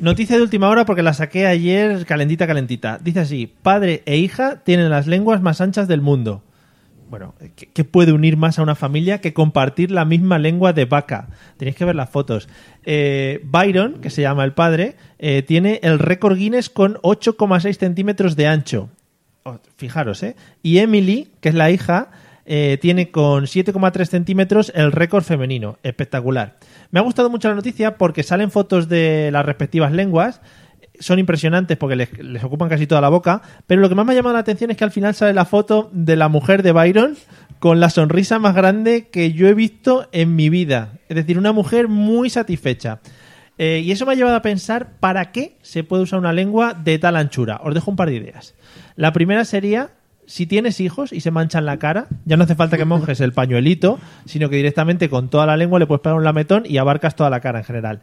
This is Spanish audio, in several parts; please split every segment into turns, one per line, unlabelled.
Noticia de última hora porque la saqué ayer calentita, calentita. Dice así, padre e hija tienen las lenguas más anchas del mundo. Bueno, ¿qué, qué puede unir más a una familia que compartir la misma lengua de vaca? Tenéis que ver las fotos. Eh, Byron, que se llama el padre, eh, tiene el récord Guinness con 8,6 centímetros de ancho. Oh, Fijaros, ¿eh? Y Emily, que es la hija, eh, tiene con 7,3 centímetros el récord femenino. Espectacular. Me ha gustado mucho la noticia porque salen fotos de las respectivas lenguas. Son impresionantes porque les, les ocupan casi toda la boca. Pero lo que más me ha llamado la atención es que al final sale la foto de la mujer de Byron con la sonrisa más grande que yo he visto en mi vida. Es decir, una mujer muy satisfecha. Eh, y eso me ha llevado a pensar para qué se puede usar una lengua de tal anchura. Os dejo un par de ideas. La primera sería, si tienes hijos y se manchan la cara, ya no hace falta que monjes el pañuelito, sino que directamente con toda la lengua le puedes pegar un lametón y abarcas toda la cara en general.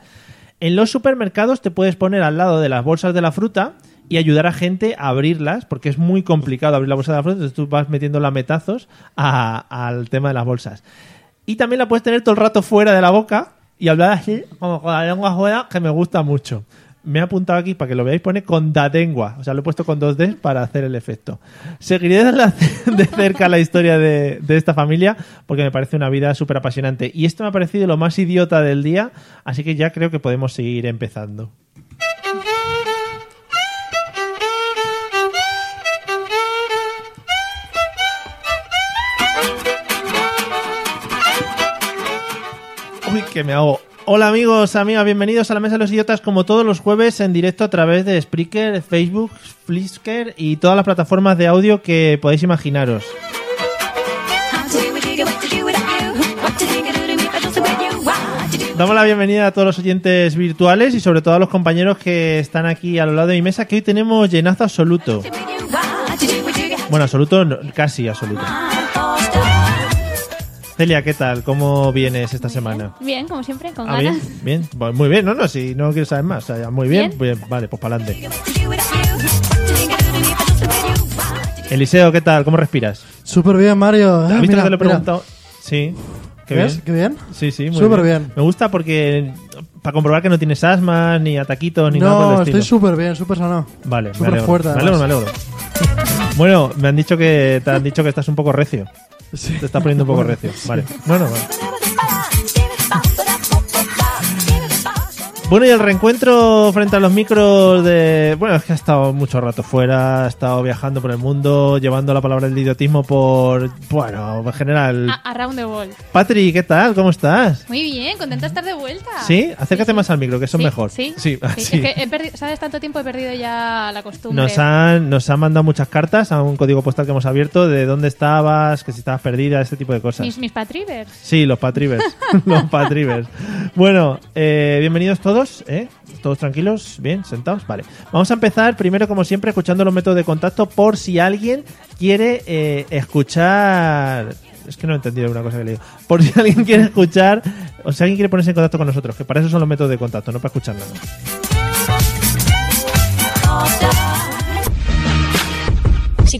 En los supermercados te puedes poner al lado de las bolsas de la fruta y ayudar a gente a abrirlas, porque es muy complicado abrir la bolsa de la fruta, entonces tú vas metiendo lametazos a- al tema de las bolsas. Y también la puedes tener todo el rato fuera de la boca y hablar así, como con la lengua fuera, que me gusta mucho. Me he apuntado aquí para que lo veáis, pone con datengua. O sea, lo he puesto con dos Ds para hacer el efecto. Seguiré de, la- de cerca la historia de, de esta familia porque me parece una vida súper apasionante. Y esto me ha parecido lo más idiota del día, así que ya creo que podemos seguir empezando. Uy, que me hago. Hola amigos, amigas, bienvenidos a la Mesa de los Idiotas como todos los jueves en directo a través de Spreaker, Facebook, Flickr y todas las plataformas de audio que podáis imaginaros. Damos la bienvenida a todos los oyentes virtuales y sobre todo a los compañeros que están aquí a lo lado de mi mesa que hoy tenemos llenazo absoluto. Bueno, absoluto, no, casi absoluto. Celia, ¿qué tal? ¿Cómo vienes esta semana?
Bien, como siempre, con
Ah, bien,
ganas.
bien, Bu- muy bien, no, no, si no quiero saber más, o sea, ya, muy bien,
Bien.
pues, vale, pues para adelante. Eliseo, ¿qué tal? ¿Cómo respiras?
Súper bien, Mario. Ah,
¿Has visto que
mira,
te lo he
mira.
preguntado? Sí, qué
¿Ves?
bien.
¿Qué bien?
Sí, sí, muy
Súper bien.
Me gusta porque para comprobar que no tienes asma, ni ataquitos, ni nada por el
No,
estilo.
estoy súper bien, súper sano.
Vale, me
súper
alegro.
fuerte,
Me
además.
alegro, me alegro. Bueno, me han dicho que te han dicho que estás un poco recio.
Sí.
Te estás poniendo un poco recio. Vale. Bueno, bueno. Bueno, y el reencuentro frente a los micros de... Bueno, es que ha estado mucho rato fuera, ha estado viajando por el mundo, llevando la palabra del idiotismo por... Bueno, en general...
Ah, A- around the world.
Patri, ¿qué tal? ¿Cómo estás?
Muy bien, contenta de estar de vuelta.
¿Sí? Acércate más al micro, que eso
Ah. Sí,
es mejor.
Sí,
sí. ah,
Sí,
sí.
Es que he perdi- ¿sabes? Tanto tiempo he perdido ya la costumbre.
Nos han, nos han mandado muchas cartas a un código postal que hemos abierto de dónde estabas, que si estabas perdida, este tipo de cosas.
Mis, mis patrivers.
Sí, los patrivers. los patrivers. Bueno, eh, bienvenidos todos, ¿eh? Todos tranquilos, bien, sentados, vale. Vamos a empezar primero, como siempre, escuchando los métodos de contacto por si alguien quiere eh, escuchar... Es que no he entendido una cosa que le digo. Por si alguien quiere escuchar, o si alguien quiere ponerse en contacto con nosotros, que para eso son los métodos de contacto, no para escuchar nada.
Si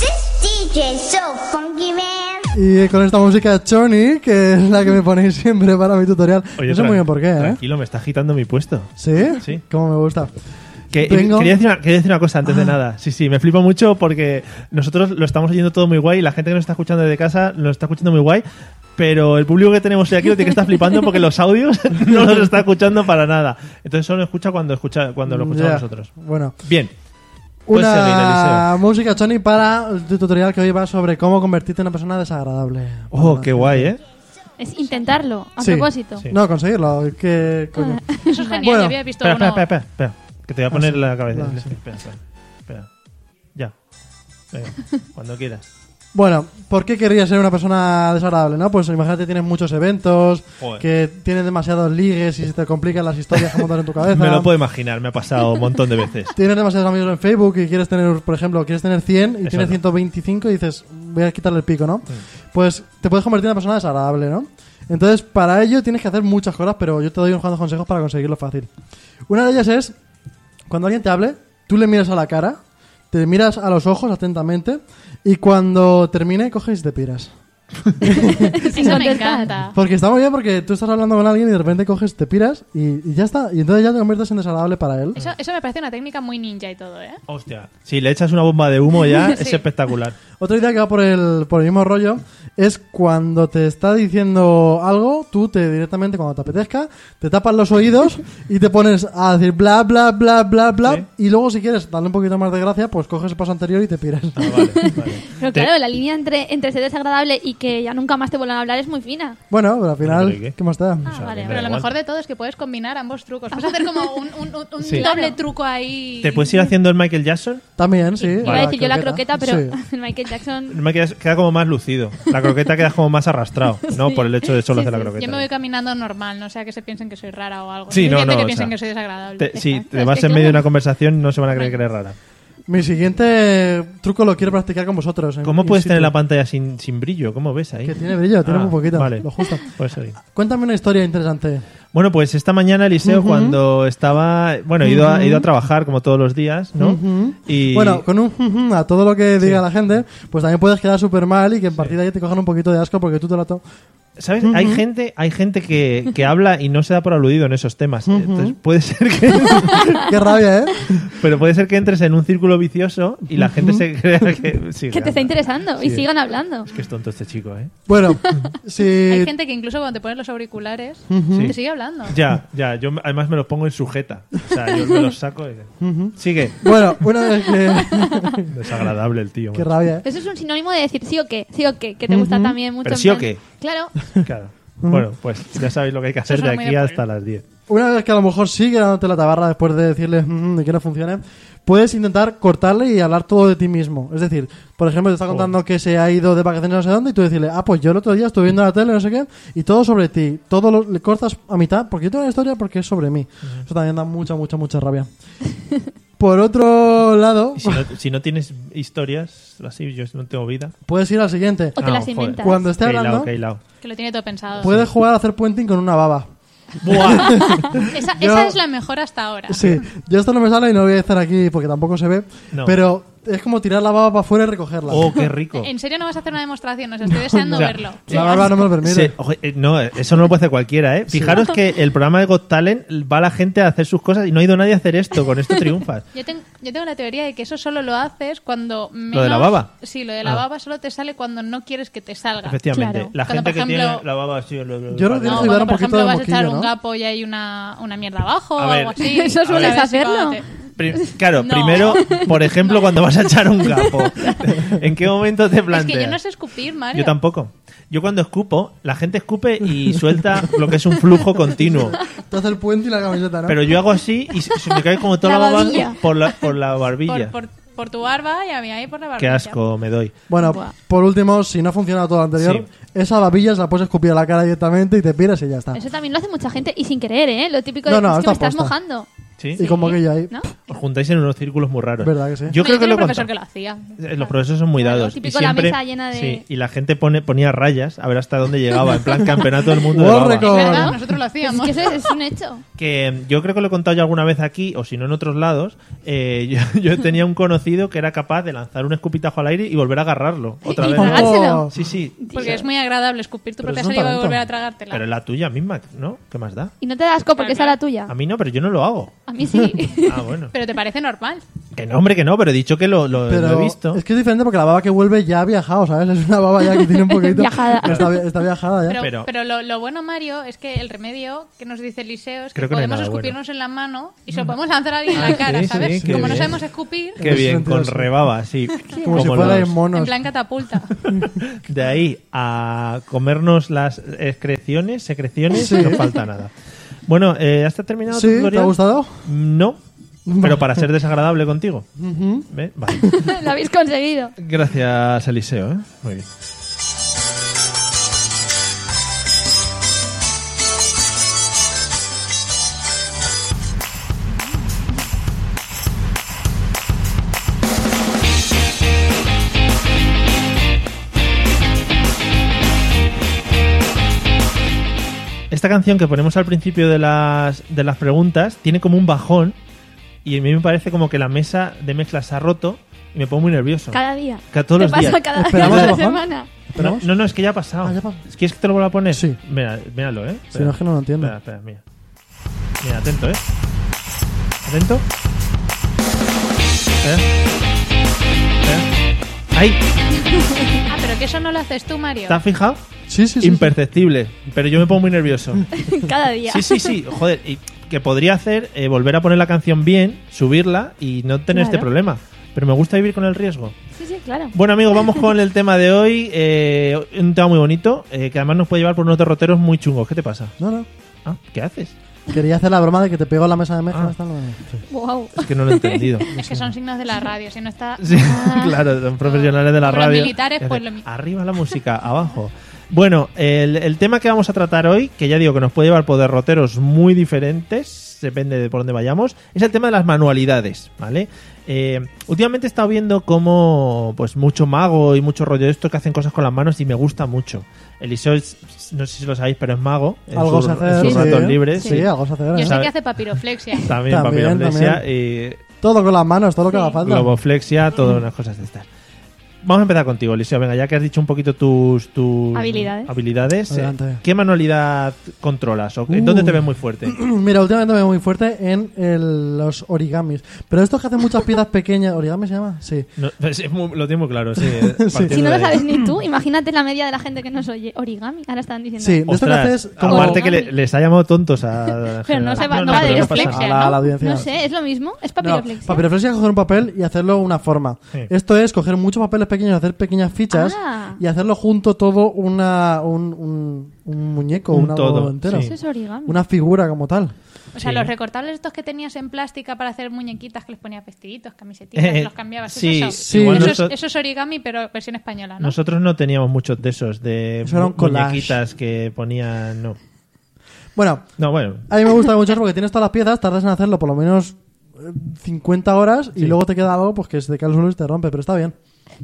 This DJ's so funky, man.
Y eh, con esta música Choni, que es la que me ponéis siempre para mi tutorial. no sé
tran-
muy bien por qué, ¿eh?
Tranquilo, me está agitando mi puesto.
¿Sí?
Sí.
Como me gusta.
Que, eh,
Vengo- Ah.
quería, decir una, quería decir una cosa antes de nada. Sí, sí, me flipa mucho porque nosotros lo estamos oyendo todo muy guay y la gente que nos está escuchando desde casa lo está escuchando muy guay, pero el público que tenemos hoy aquí lo tiene que estar flipando porque los audios no los está escuchando para nada. Entonces solo escucha cuando, escucha, cuando lo escuchamos
Ya.
nosotros.
Bueno,
Bien. Puedes seguir,
una
Eliseo.
música Choni para el tutorial que hoy va sobre cómo convertirte en una persona desagradable.
Oh, qué guay, ¿eh?
Es intentarlo, a
Sí,
propósito. Ah,
sí.
No, conseguirlo. ¿Qué coño?
Eso es genial,
Bueno,
yo había visto
Espera, espera,
uno.
espera, espera, espera, Que te voy a poner
sí.
la cabeza.
Ah, sí.
Espera, espera, espera. Ya. Venga, cuando quieras.
Bueno, ¿por qué querrías ser una persona desagradable? ¿no? Pues imagínate tienes muchos eventos,
Joder.
que tienes demasiados ligues y se te complican las historias que montar en tu cabeza.
Me lo puedo imaginar, me ha pasado un montón de veces.
Tienes demasiados amigos en Facebook y quieres tener, por ejemplo, quieres tener 100 y
Eso
tienes
no.
125 y dices, voy a quitarle el pico, ¿no? Pues te puedes convertir en una persona desagradable, ¿no? Entonces, para ello tienes que hacer muchas cosas, pero yo te doy unos cuantos consejos para conseguirlo fácil. Una de ellas es, cuando alguien te hable, tú le miras a la cara, te miras a los ojos atentamente y cuando termine coges y te piras.
Eso me encanta.
Porque está muy bien porque tú estás hablando con alguien y de repente coges, te piras y, y ya está. Y entonces ya te conviertes en desagradable para él.
Eso, eso me parece una técnica muy ninja y todo, ¿eh?
Hostia. Si le echas una bomba de humo ya, es
Sí.
espectacular.
Otra idea que va por el, por el mismo rollo es cuando te está diciendo algo, tú te directamente, cuando te apetezca, te tapas los oídos y te pones a decir bla, bla, bla, bla, bla.
Sí.
Y luego, si quieres darle un poquito más de gracia, pues coges el paso anterior y te piras.
Ah, vale, vale.
Pero
Te-
claro, la línea entre, entre ser desagradable y que ya nunca más te vuelvan a hablar es muy fina.
Bueno, pero al final,
Hombre, ¿y qué?
¿qué? más te da?
Ah, vale,
da
Pero lo
igual.
mejor de todo es que puedes combinar ambos trucos. Puedes hacer como un, un- un- un
Sí.
doble
Claro.
truco ahí.
¿Te puedes ir haciendo el Michael Jackson?
También, sí.
Iba a decir yo la croqueta, pero Michael
El
Jackson.
Michael Jackson queda como más lucido. La croqueta queda como más arrastrado, ¿no? Por el hecho de solo hacer la croqueta.
Yo me voy caminando normal, no sea que se piensen que soy rara o algo.
Sí, no,
Simplemente
no,
que
o
piensen
sea,
que soy desagradable.
Te- si
Exacto,
te
es
vas
que
en medio de
claro.
una conversación, no se van a creer que eres rara.
Mi siguiente truco lo quiero practicar con vosotros. eh. en-
¿Cómo
in
puedes
situ.
tener la pantalla sin, sin brillo? ¿Cómo ves ahí?
Que tiene brillo, tiene
Ah,
un poquito,
vale.
lo justo.
Puede ser.
Cuéntame una historia interesante.
Bueno, pues esta mañana, Eliseo, cuando estaba. Bueno, he ido, a, he ido a trabajar como todos los días, ¿no? Y.
Bueno, con un jum, jum a todo lo que diga la gente, pues también puedes quedar súper mal y que en partida ya te cojan un poquito de asco porque tú te lo to-
¿Sabes? Hay gente, hay gente que, que habla y no se da por aludido en esos temas. Entonces puede ser que.
Qué rabia, ¿eh?
pero puede ser que entres en un círculo vicioso y la gente se crea que. sí,
Que te
anda.
está interesando y
Sí.
sigan hablando.
Es que es tonto este chico, ¿eh?
Bueno, si
Hay gente que incluso cuando te pones los auriculares
Sí.
te sigue hablando.
Ya, ya. Yo además me los pongo en sujeta. O sea, yo me los saco. Y... Sigue.
bueno, una vez que
Desagradable el tío.
qué
macho.
rabia, ¿eh?
Eso es un sinónimo de decir sí o qué, sí o qué, que te gusta también mucho.
Pero
en
sí o
plan-
qué.
Claro,
Claro. Bueno, pues ya sabéis lo que hay que hacer
Eso
de
suena muy
aquí
de
hasta las 10.
Una vez que a lo mejor sigue dándote la tabarra después de decirle jum, jum, y que no funcione, puedes intentar cortarle y hablar todo de ti mismo. Es decir, por ejemplo, te está contando que se ha ido de vacaciones no sé dónde y tú decirle, ah, pues yo el otro día estuve viendo la tele, no sé qué, y todo sobre ti. Todo lo le cortas a mitad porque yo tengo una historia porque es sobre mí. Eso también da mucha, mucha, mucha rabia. Por otro lado,
Y si no, si no tienes historias, así yo no tengo vida.
Puedes ir al siguiente.
o te
Ah,
las
joder.
inventas.
Cuando esté
Que hilao,
hablando,
que hilao.
Que lo tiene todo pensado.
puedes jugar a hacer puenting con una baba.
Esa,
Yo-
esa es la mejor hasta ahora.
Sí, yo esto no me sale y no voy a estar aquí porque tampoco se ve.
No.
Pero es como tirar la baba para afuera y recogerla.
Oh, qué rico.
En serio no vas a hacer una demostración, os estoy deseando
O sea,
verlo.
la baba no me lo permite.
Se- oje, eh, no, eh, eso no lo puede hacer cualquiera, ¿eh? Fijaros que el programa de Got Talent va la gente a hacer sus cosas y no ha ido nadie a hacer esto. Con esto triunfas.
Yo, ten- yo tengo la teoría de que eso solo lo haces cuando menos...
de la baba?
Sí, lo de la
Ah.
baba solo te sale cuando no quieres que te salga.
Efectivamente.
Claro.
La
Cuando,
gente
por
que
ejemplo-
tiene la baba así. lo- lo-
Yo no
vale.
Tienes
No,
que
cuando,
cuidar un poquito
por ejemplo,
de
vas a echar
moquillo,
un
¿no?
gapo y hay una, una mierda abajo
A
o
ver.
algo así.
Eso
A
sueles
ver si
hacerlo.
cuando te-
Pri- Claro,
No.
primero, por ejemplo, cuando vas a echar un gapo. ¿En qué momento te
Es
planteas?
que yo no sé escupir, Mario.
Yo tampoco. Yo cuando escupo, la gente escupe y suelta lo que es un flujo continuo.
Te hace el puente y la camiseta, ¿no?
Pero yo hago así y se se me cae como toda la,
La
baba
babilla.
por la, por la barbilla.
Por, por, por tu barba y a mí ahí por la barba.
Qué asco me doy.
Bueno,
Buah.
por último, si no ha funcionado todo lo anterior,
Sí.
esa babilla se la puedes escupir a la cara directamente y te piras y ya está.
Eso también lo hace mucha gente y sin querer, ¿eh? Lo típico
No,
de
no,
es que me
está
estás
posta.
mojando.
¿Sí?
Y con moquillo ahí.
¿No?
Os juntáis en unos círculos muy raros.
¿Verdad que sí?
Yo
Hombre,
creo que
tenía
lo
un
he
profesor
contado.
que lo hacía.
Eh, Los profesores son muy
Claro,
dados.
típico
y
la
siempre,
mesa llena de-
sí, y la gente pone, ponía rayas a ver hasta dónde llegaba. En plan, campeonato del mundo de
World
baba.
record.
¿Verdad? Nosotros lo
Es
hacíamos.
que eso es, es un hecho.
Que mm, yo creo que lo he contado ya alguna vez aquí, o si no en otros lados. eh, yo, yo tenía un conocido que era capaz de lanzar un escupitajo al aire y volver a agarrarlo otra
y
vez. Oh.
tragárselo.
Sí, sí.
Porque es muy agradable escupir tu
Pero
propia
eso es un
saliva y
talento.
volver a
Pero
tragártela.
la tuya misma, ¿no? ¿Qué más da?
Y no te das asco porque esa era tuya.
A mí no, pero yo no lo hago.
A mí sí.
Ah, bueno.
Pero te parece normal.
Que no, hombre, que no, pero he dicho que lo, lo-
Pero
lo he visto.
es que es diferente porque la baba que vuelve ya ha viajado, ¿sabes? Es una baba ya que tiene un poquito...
Viajada.
Está, vi- está viajada ya.
Pero,
Pero-
pero, lo, lo bueno, Mario, es que el remedio que nos dice Eliseo es que
Creo que no hay
podemos
nada bueno.
escupirnos en la mano y se lo podemos lanzar a alguien en la cara,
sí,
¿sabes?
sí, qué
Como no
bien.
sabemos escupir,
Qué
Es
bien, con
mentiroso.
rebaba, sí.
como, si fuera
los-
en monos.
en plan catapulta.
De ahí a comernos las excreciones, secreciones,
Sí.
no falta nada. Bueno, eh, ¿has terminado tu
Sí, ¿te
tutorial?
ha gustado?
No, pero para ser desagradable contigo. ¿Ve? Vale.
lo habéis conseguido.
Gracias, Eliseo. ¿eh? Muy bien. Esta canción que ponemos al principio de las, de las preguntas tiene como un bajón y a mí me parece como que la mesa de mezclas se ha roto y me pongo muy nervioso.
Cada día.
Ca- todos
te
los
pasa
días.
cada,
Esperamos
cada
a lo mejor.
semana.
No, no, no, es que ya ha pasado.
Ah, ya ha pasado.
¿Quieres que te lo vuelva a poner?
Sí.
Mira, míralo, ¿eh?
Si no es que no lo entiendo.
Espera, espera, mira. Mira, atento, ¿eh? Atento. ¿Eh? Espera. Espera. ¡Ay!
ah, pero que eso no lo haces tú, Mario.
¿Te has fijado?
Sí, sí, sí. sí.
Imperceptible. Pero yo me pongo muy nervioso.
Cada día.
Sí, sí, sí. Joder, y que podría hacer eh, volver a poner la canción bien, subirla y no tener este
Claro.
problema. Pero me gusta vivir con el riesgo.
Sí, sí, claro.
Bueno, amigos, vamos con el tema de hoy. eh, un tema muy bonito, eh, que además nos puede llevar por unos derroteros muy chungos. ¿Qué te pasa?
No, no.
Ah, ¿Qué haces?
Quería hacer la broma de que te pegó la mesa de mezcla.
Ah.
está lo-
Wow.
Es que no lo he entendido.
Es que son signos de la radio, si no está...
Sí, claro, son profesionales de la
Como Ah. los
radio.
militares,
Y hacen,
pues, lo mi-
Arriba la música, abajo. Bueno, el, el tema que vamos a tratar hoy, que ya digo que nos puede llevar por derroteros muy diferentes, depende de por dónde vayamos, es el tema de las manualidades, ¿vale? Eh, últimamente he estado viendo como pues mucho mago y mucho rollo de esto que hacen cosas con las manos y me gusta mucho. Eliseo, es- no sé si lo sabéis, pero es mago. en
Algo
sus-
se
en
hace.
sus
sí.
ratos libres.
Sí, algo se hace.
Yo
¿eh?
sé
¿Sabe?
que hace papiroflexia.
También,
También,
papiroflexia y
Todo con las manos, todo lo que haga falta.
Globoflexia, todas unas cosas de estas. Vamos a empezar contigo, Eliseo. Venga, ya que has dicho un poquito tus, tus
Habilidades.
habilidades, eh,
Adelante.
¿qué manualidad controlas? ¿O en
Uh.
dónde te ves muy fuerte?
Mira, últimamente me veo muy fuerte en el- los origamis. Pero estos que hacen muchas piezas pequeñas. ¿Origami se llama? Sí.
No, pues, es muy- lo tengo muy claro, sí. eh, partiendo
Si
de
no lo
ahí.
sabes ni tú, imagínate la media de la gente que nos oye. Origami. Ahora están diciendo.
Sí, de esto que
Ostras,
haces. como-
aparte que le- les ha llamado tontos a... Ah,
Pero no, se va, no,
no,
va
pero
de
no pasa
nada.
dislexia,
A la- a
¿no?
la audiencia.
No sé, ¿eh? es lo mismo. Es
No,
papiroflexia.
papiroflexia es coger un papel y hacerlo una forma.
Sí.
Esto es coger muchos papeles pequeños, hacer pequeñas fichas
Ah.
y hacerlo junto todo una, un, un, un muñeco,
Un
un, algo
todo,
entero.
sí.
Eso es origami.
Una figura como tal.
O sea,
Sí.
los recortables estos que tenías en plástica para hacer muñequitas que les ponías vestiditos, camisetillas,
Eh,
los cambiabas.
sí,
eso,
sí.
eso,
Igual
es,
nosotros-
eso es origami, pero versión española, ¿no?
Nosotros no teníamos muchos de esos, de
Eso era un
mu-
collage.
muñequitas que ponían... No,
Bueno,
no bueno,
a mí me gusta mucho porque tienes todas las piezas, tardas en hacerlo por lo menos eh, 50 horas y luego te queda algo pues que se te cae al suelo y se te rompe, pero está bien.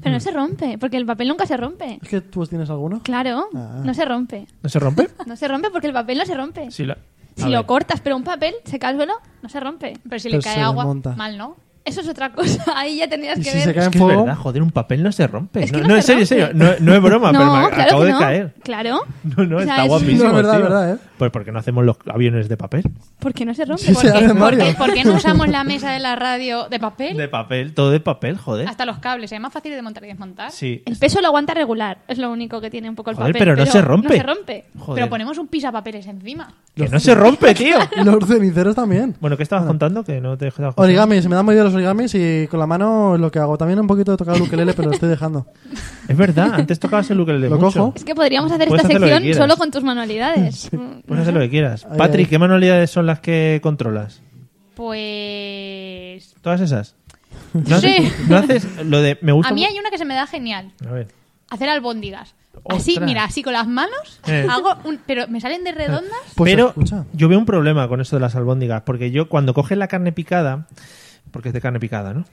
Pero no se rompe, porque el papel nunca se rompe.
¿Es que tú tienes alguno?
Claro,
Ah.
no se rompe.
¿no se rompe?
No se rompe porque el papel no se rompe.
Sí, la-
si
a
lo
ver.
cortas, pero un papel se cae al suelo, no se rompe.
Pero si
Pero
le
pues,
cae
se
agua,
monta.
mal, ¿no?
Eso es otra cosa. Ahí ya tenías
Y
que
si
ver.
se cae
Es
en
que es
fuego.
verdad, joder, un papel no se rompe.
Es que
no,
no
no, en
se
serio, en serio.
rompe.
No, no es broma, pero me
no, claro
acabo
que
de
no.
caer.
Claro.
No, no,
O sea,
está
es-
guapísimo.
No, es verdad,
tío.
verdad, ¿eh?
Pues porque no hacemos los aviones de papel.
¿Por qué no se rompe?
Sí, se
¿Por
hace
qué, por
Mario.
qué- por qué no usamos la mesa de la radio de papel?
De papel, todo de papel, joder.
Hasta los cables, es más fácil de montar y desmontar.
Sí.
El peso lo aguanta regular, es lo único que tiene un poco el
Joder,
papel.
pero no se rompe.
No se rompe.
Joder.
Pero ponemos un pisapapeles encima.
Que no se rompe, tío.
Y los ceniceros también.
Bueno, ¿qué estabas contando? Que no te he dejado contar.
Origami, se me dan muy bien los origamis y con la mano lo que hago. También un poquito de tocar el ukelele, pero lo estoy dejando.
Es verdad, antes tocabas el ukelele
Lo
mucho.
cojo.
Es que podríamos hacer
Puedes
esta
hacer lo que
sección
quieras.
solo con tus manualidades. Mm,
Puedes hacer lo que quieras.
Ay,
Patrick,
ay.
¿qué manualidades son las que controlas?
Pues.
¿Todas esas? ¿No
Sí.
haces, no haces lo de... Me gusta...
A mí
mu-
hay una que se me da genial:
A ver.
hacer albóndigas. Así,
Ostras.
mira, así con las manos,
Eh.
hago un- pero me salen de redondas.
Pues
Pero
escucha.
yo veo un problema con eso de las albóndigas, porque yo cuando coges la carne picada, Porque es de carne picada, ¿no?